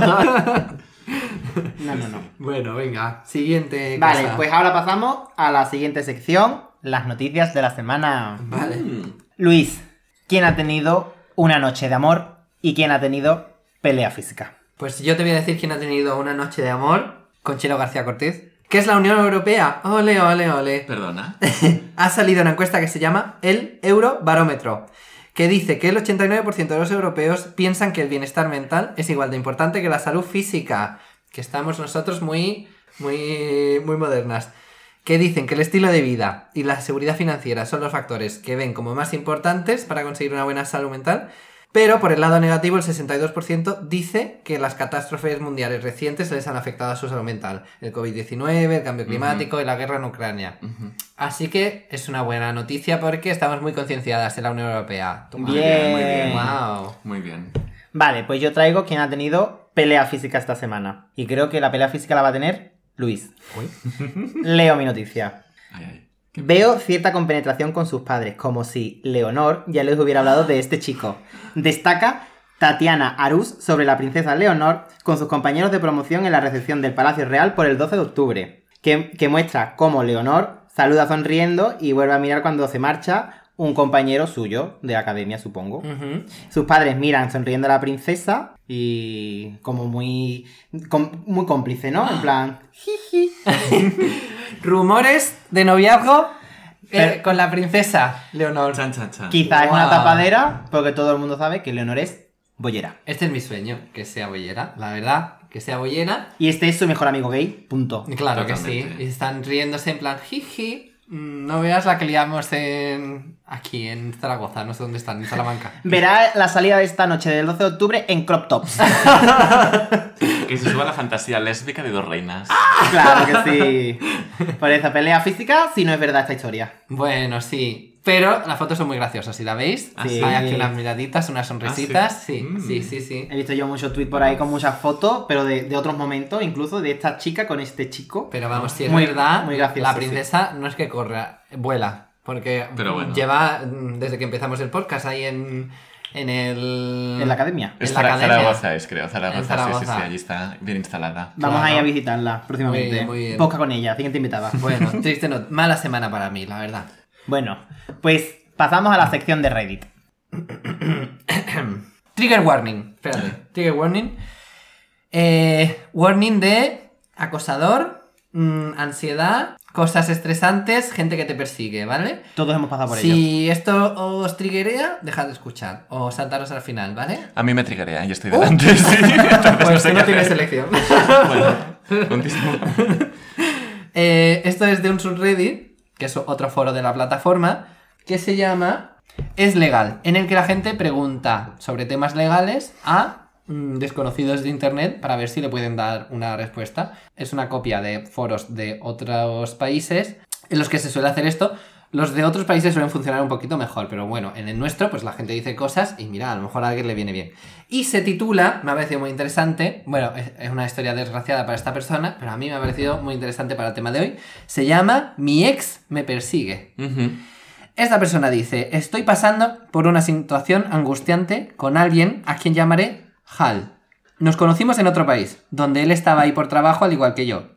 No, no, no. Bueno, venga. Siguiente Vale, cosa. pues ahora pasamos a la siguiente sección, las noticias de la semana. Vale. Luis, ¿quién ha tenido una noche de amor y quién ha tenido pelea física? Pues yo te voy a decir quién ha tenido una noche de amor con Chelo García Cortés. ¿Qué es la Unión Europea? Ole, ole, ole. Perdona. ha salido una encuesta que se llama el Eurobarómetro, que dice que el 89% de los europeos piensan que el bienestar mental es igual de importante que la salud física, que estamos nosotros muy, muy, muy modernas. Que dicen que el estilo de vida y la seguridad financiera son los factores que ven como más importantes para conseguir una buena salud mental, pero por el lado negativo, el 62% dice que las catástrofes mundiales recientes les han afectado a su salud mental. El COVID-19, el cambio climático y la guerra en Ucrania. Ujú. Así que es una buena noticia porque estamos muy concienciadas en la Unión Europea. Toma. Muy bien, muy Bien. bien. Wow. Muy bien. Vale, pues yo traigo quién ha tenido pelea física esta semana. Y creo que la pelea física la va a tener Luis. Leo mi noticia. Ay, ay. Veo cierta compenetración con sus padres, como si Leonor ya les hubiera hablado de este chico. Destaca Tatiana Arús sobre la princesa Leonor con sus compañeros de promoción en la recepción del Palacio Real por el 12 de octubre, que, que muestra cómo Leonor saluda sonriendo y vuelve a mirar cuando se marcha un compañero suyo, de la academia supongo. Ujú. Sus padres miran sonriendo a la princesa y como muy, com- muy cómplice, ¿no? En plan, jiji. Rumores de noviazgo eh, Pero- con la princesa Leonor. Chan, chan, chan. Quizá es una Guau. tapadera, porque todo el mundo sabe que Leonor es bollera. Este es mi sueño, que sea bollera, la verdad, que sea bollera. Y este es su mejor amigo gay, punto. Claro que sí. Totalmente. Y están riéndose en plan, jiji. mm, No veas la que liamos en... aquí en Zaragoza, no sé dónde están, en Salamanca. Verá la salida de esta noche del 12 de octubre en crop tops. Que se suba la fantasía lésbica de dos reinas. ¡Ah! claro que sí. Por esa pelea física, si no es verdad esta historia. Bueno, sí. Pero las fotos son muy graciosas, si la veis. Ah, sí. Hay aquí unas miraditas, unas sonrisitas. sí. Mm. sí, sí, sí. He visto yo muchos tweets por ahí con muchas fotos, pero de, de otros momentos, incluso de esta chica con este chico. Pero vamos, si es Muy- verdad, muy gracioso, la princesa no es que corra, vuela. Porque Pero bueno. lleva, mm, desde que empezamos el podcast, ahí en, en el... En la academia. En Es la Zara- academia. Zaragoza, es creo. Zaragoza, En sí, sí, Zaragoza. sí, allí está bien instalada. Vamos Claro. a ir a visitarla próximamente. Muy bien, muy bien. Posca con ella, siguiente invitada. Bueno, triste no, mala semana para mí, la verdad. bueno, pues pasamos a la sección de Reddit. Trigger warning, espérate. Trigger warning. Eh, warning de acosador, mm, ansiedad, cosas estresantes, gente que te persigue, ¿vale? Todos hemos pasado por ello. Si esto os triggerea, dejad de escuchar o saltaros al final, ¿vale? A mí me triggerea, yo estoy delante, sí. entonces Uh. Pues sé tú qué no tienes hacer. elección. Bueno, continúa. Eh, esto es de un subreddit, que es otro foro de la plataforma, que se llama Es Legal, en el que la gente pregunta sobre temas legales a mm, desconocidos de internet para ver si le pueden dar una respuesta. Es una copia de foros de otros países en los que se suele hacer esto. Los de otros países suelen funcionar un poquito mejor, pero bueno, en el nuestro pues la gente dice cosas y mira, a lo mejor a alguien le viene bien. Y se titula, me ha parecido muy interesante, bueno, es, es una historia desgraciada para esta persona, pero a mí me ha parecido muy interesante para el tema de hoy, se llama Mi ex me persigue. Ujú. Esta persona dice, estoy pasando por una situación angustiante con alguien a quien llamaré Hal. Nos conocimos en otro país, donde él estaba ahí por trabajo al igual que yo.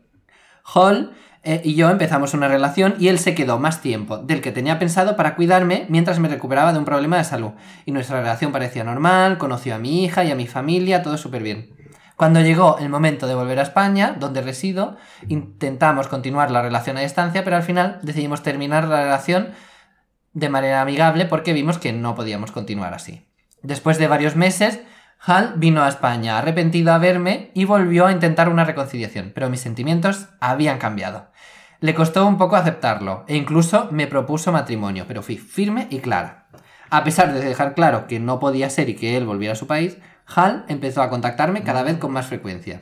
Hall eh, y yo empezamos una relación y él se quedó más tiempo del que tenía pensado para cuidarme mientras me recuperaba de un problema de salud. Y nuestra relación parecía normal, conoció a mi hija y a mi familia, todo súper bien. Cuando llegó el momento de volver a España, donde resido, intentamos continuar la relación a distancia, pero al final decidimos terminar la relación de manera amigable porque vimos que no podíamos continuar así. Después de varios meses, Hal vino a España arrepentido a verme y volvió a intentar una reconciliación, pero mis sentimientos habían cambiado. Le costó un poco aceptarlo e incluso me propuso matrimonio, pero fui firme y clara. A pesar de dejar claro que no podía ser y que él volviera a su país, Hal empezó a contactarme cada vez con más frecuencia.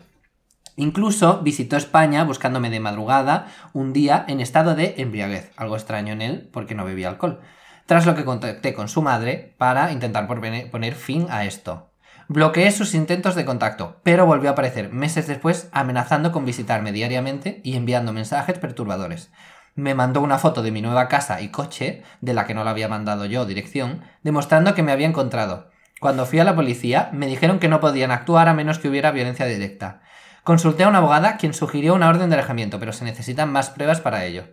Incluso visitó España buscándome de madrugada un día en estado de embriaguez, algo extraño en él porque no bebía alcohol, tras lo que contacté con su madre para intentar porvene- poner fin a esto. Bloqueé sus intentos de contacto, pero volvió a aparecer meses después amenazando con visitarme diariamente y enviando mensajes perturbadores. Me mandó una foto de mi nueva casa y coche, de la que no la había mandado yo dirección, demostrando que me había encontrado. Cuando fui a la policía, me dijeron que no podían actuar a menos que hubiera violencia directa. Consulté a una abogada quien sugirió una orden de alejamiento, pero se necesitan más pruebas para ello.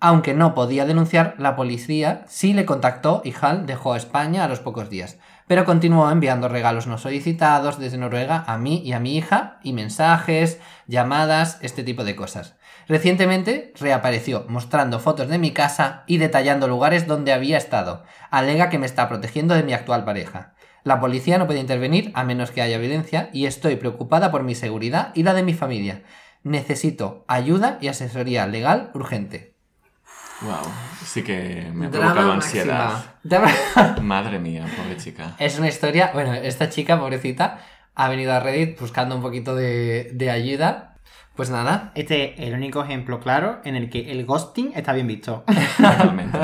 Aunque no podía denunciar, la policía sí le contactó y Hall dejó a España a los pocos días. Pero continuó enviando regalos no solicitados desde Noruega a mí y a mi hija, y mensajes, llamadas, este tipo de cosas. Recientemente reapareció mostrando fotos de mi casa y detallando lugares donde había estado. Alega que me está protegiendo de mi actual pareja. La policía no puede intervenir a menos que haya evidencia y estoy preocupada por mi seguridad y la de mi familia. Necesito ayuda y asesoría legal urgente. Wow, sí que me ha Drama provocado máxima. ansiedad. Drama- Madre mía, pobre chica. Es una historia, bueno, esta chica, pobrecita, ha venido a Reddit buscando un poquito de, de ayuda. Pues nada, Este es el único ejemplo claro en el que el ghosting está bien visto. Realmente.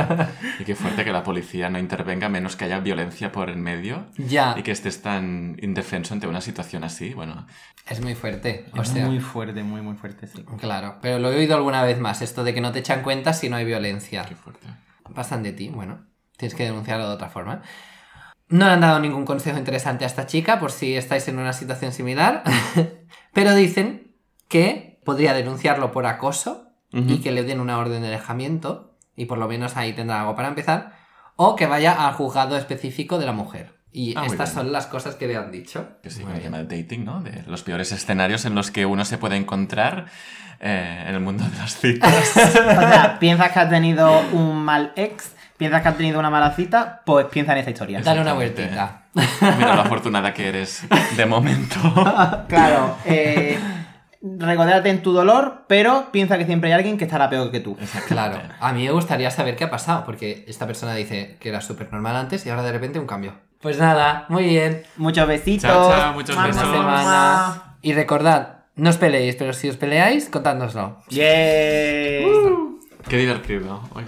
Y qué fuerte que la policía no intervenga a menos que haya violencia por en medio ya, y que estés tan indefenso ante una situación así. Bueno, es muy fuerte. O Es sea, muy fuerte, muy, muy fuerte, sí. claro, pero lo he oído alguna vez más, esto de que no te echan cuenta si no hay violencia. qué fuerte. pasan de ti, bueno, tienes que denunciarlo de otra forma. No le han dado ningún consejo interesante a esta chica por si estáis en una situación similar, pero dicen que podría denunciarlo por acoso Ujú. y que le den una orden de alejamiento y por lo menos ahí tendrá algo para empezar, o que vaya al juzgado específico de la mujer. Y Ah, muy estas bien. son las cosas que le han dicho. Que sí, Muy que bien. llama el dating, ¿no? De los peores escenarios en los que uno se puede encontrar eh, en el mundo de las citas. O sea, piensas que has tenido un mal ex, piensas que has tenido una mala cita, pues piensa en esta historia. Dale una Exactamente. vueltita. Mira lo afortunada que eres de momento. Claro, eh, regodéate en tu dolor, pero piensa que siempre hay alguien que estará peor que tú. Claro, a mí me gustaría saber qué ha pasado, porque esta persona dice que era súper normal antes y ahora de repente un cambio. Pues nada, muy bien. Muchos besitos. Chao, chao, muchos Mua, besos. mua, Buena mua, mua. semana. Y recordad, no os peleéis, pero si os peleáis, contádnoslo. Yes. Qué divertido. Oye,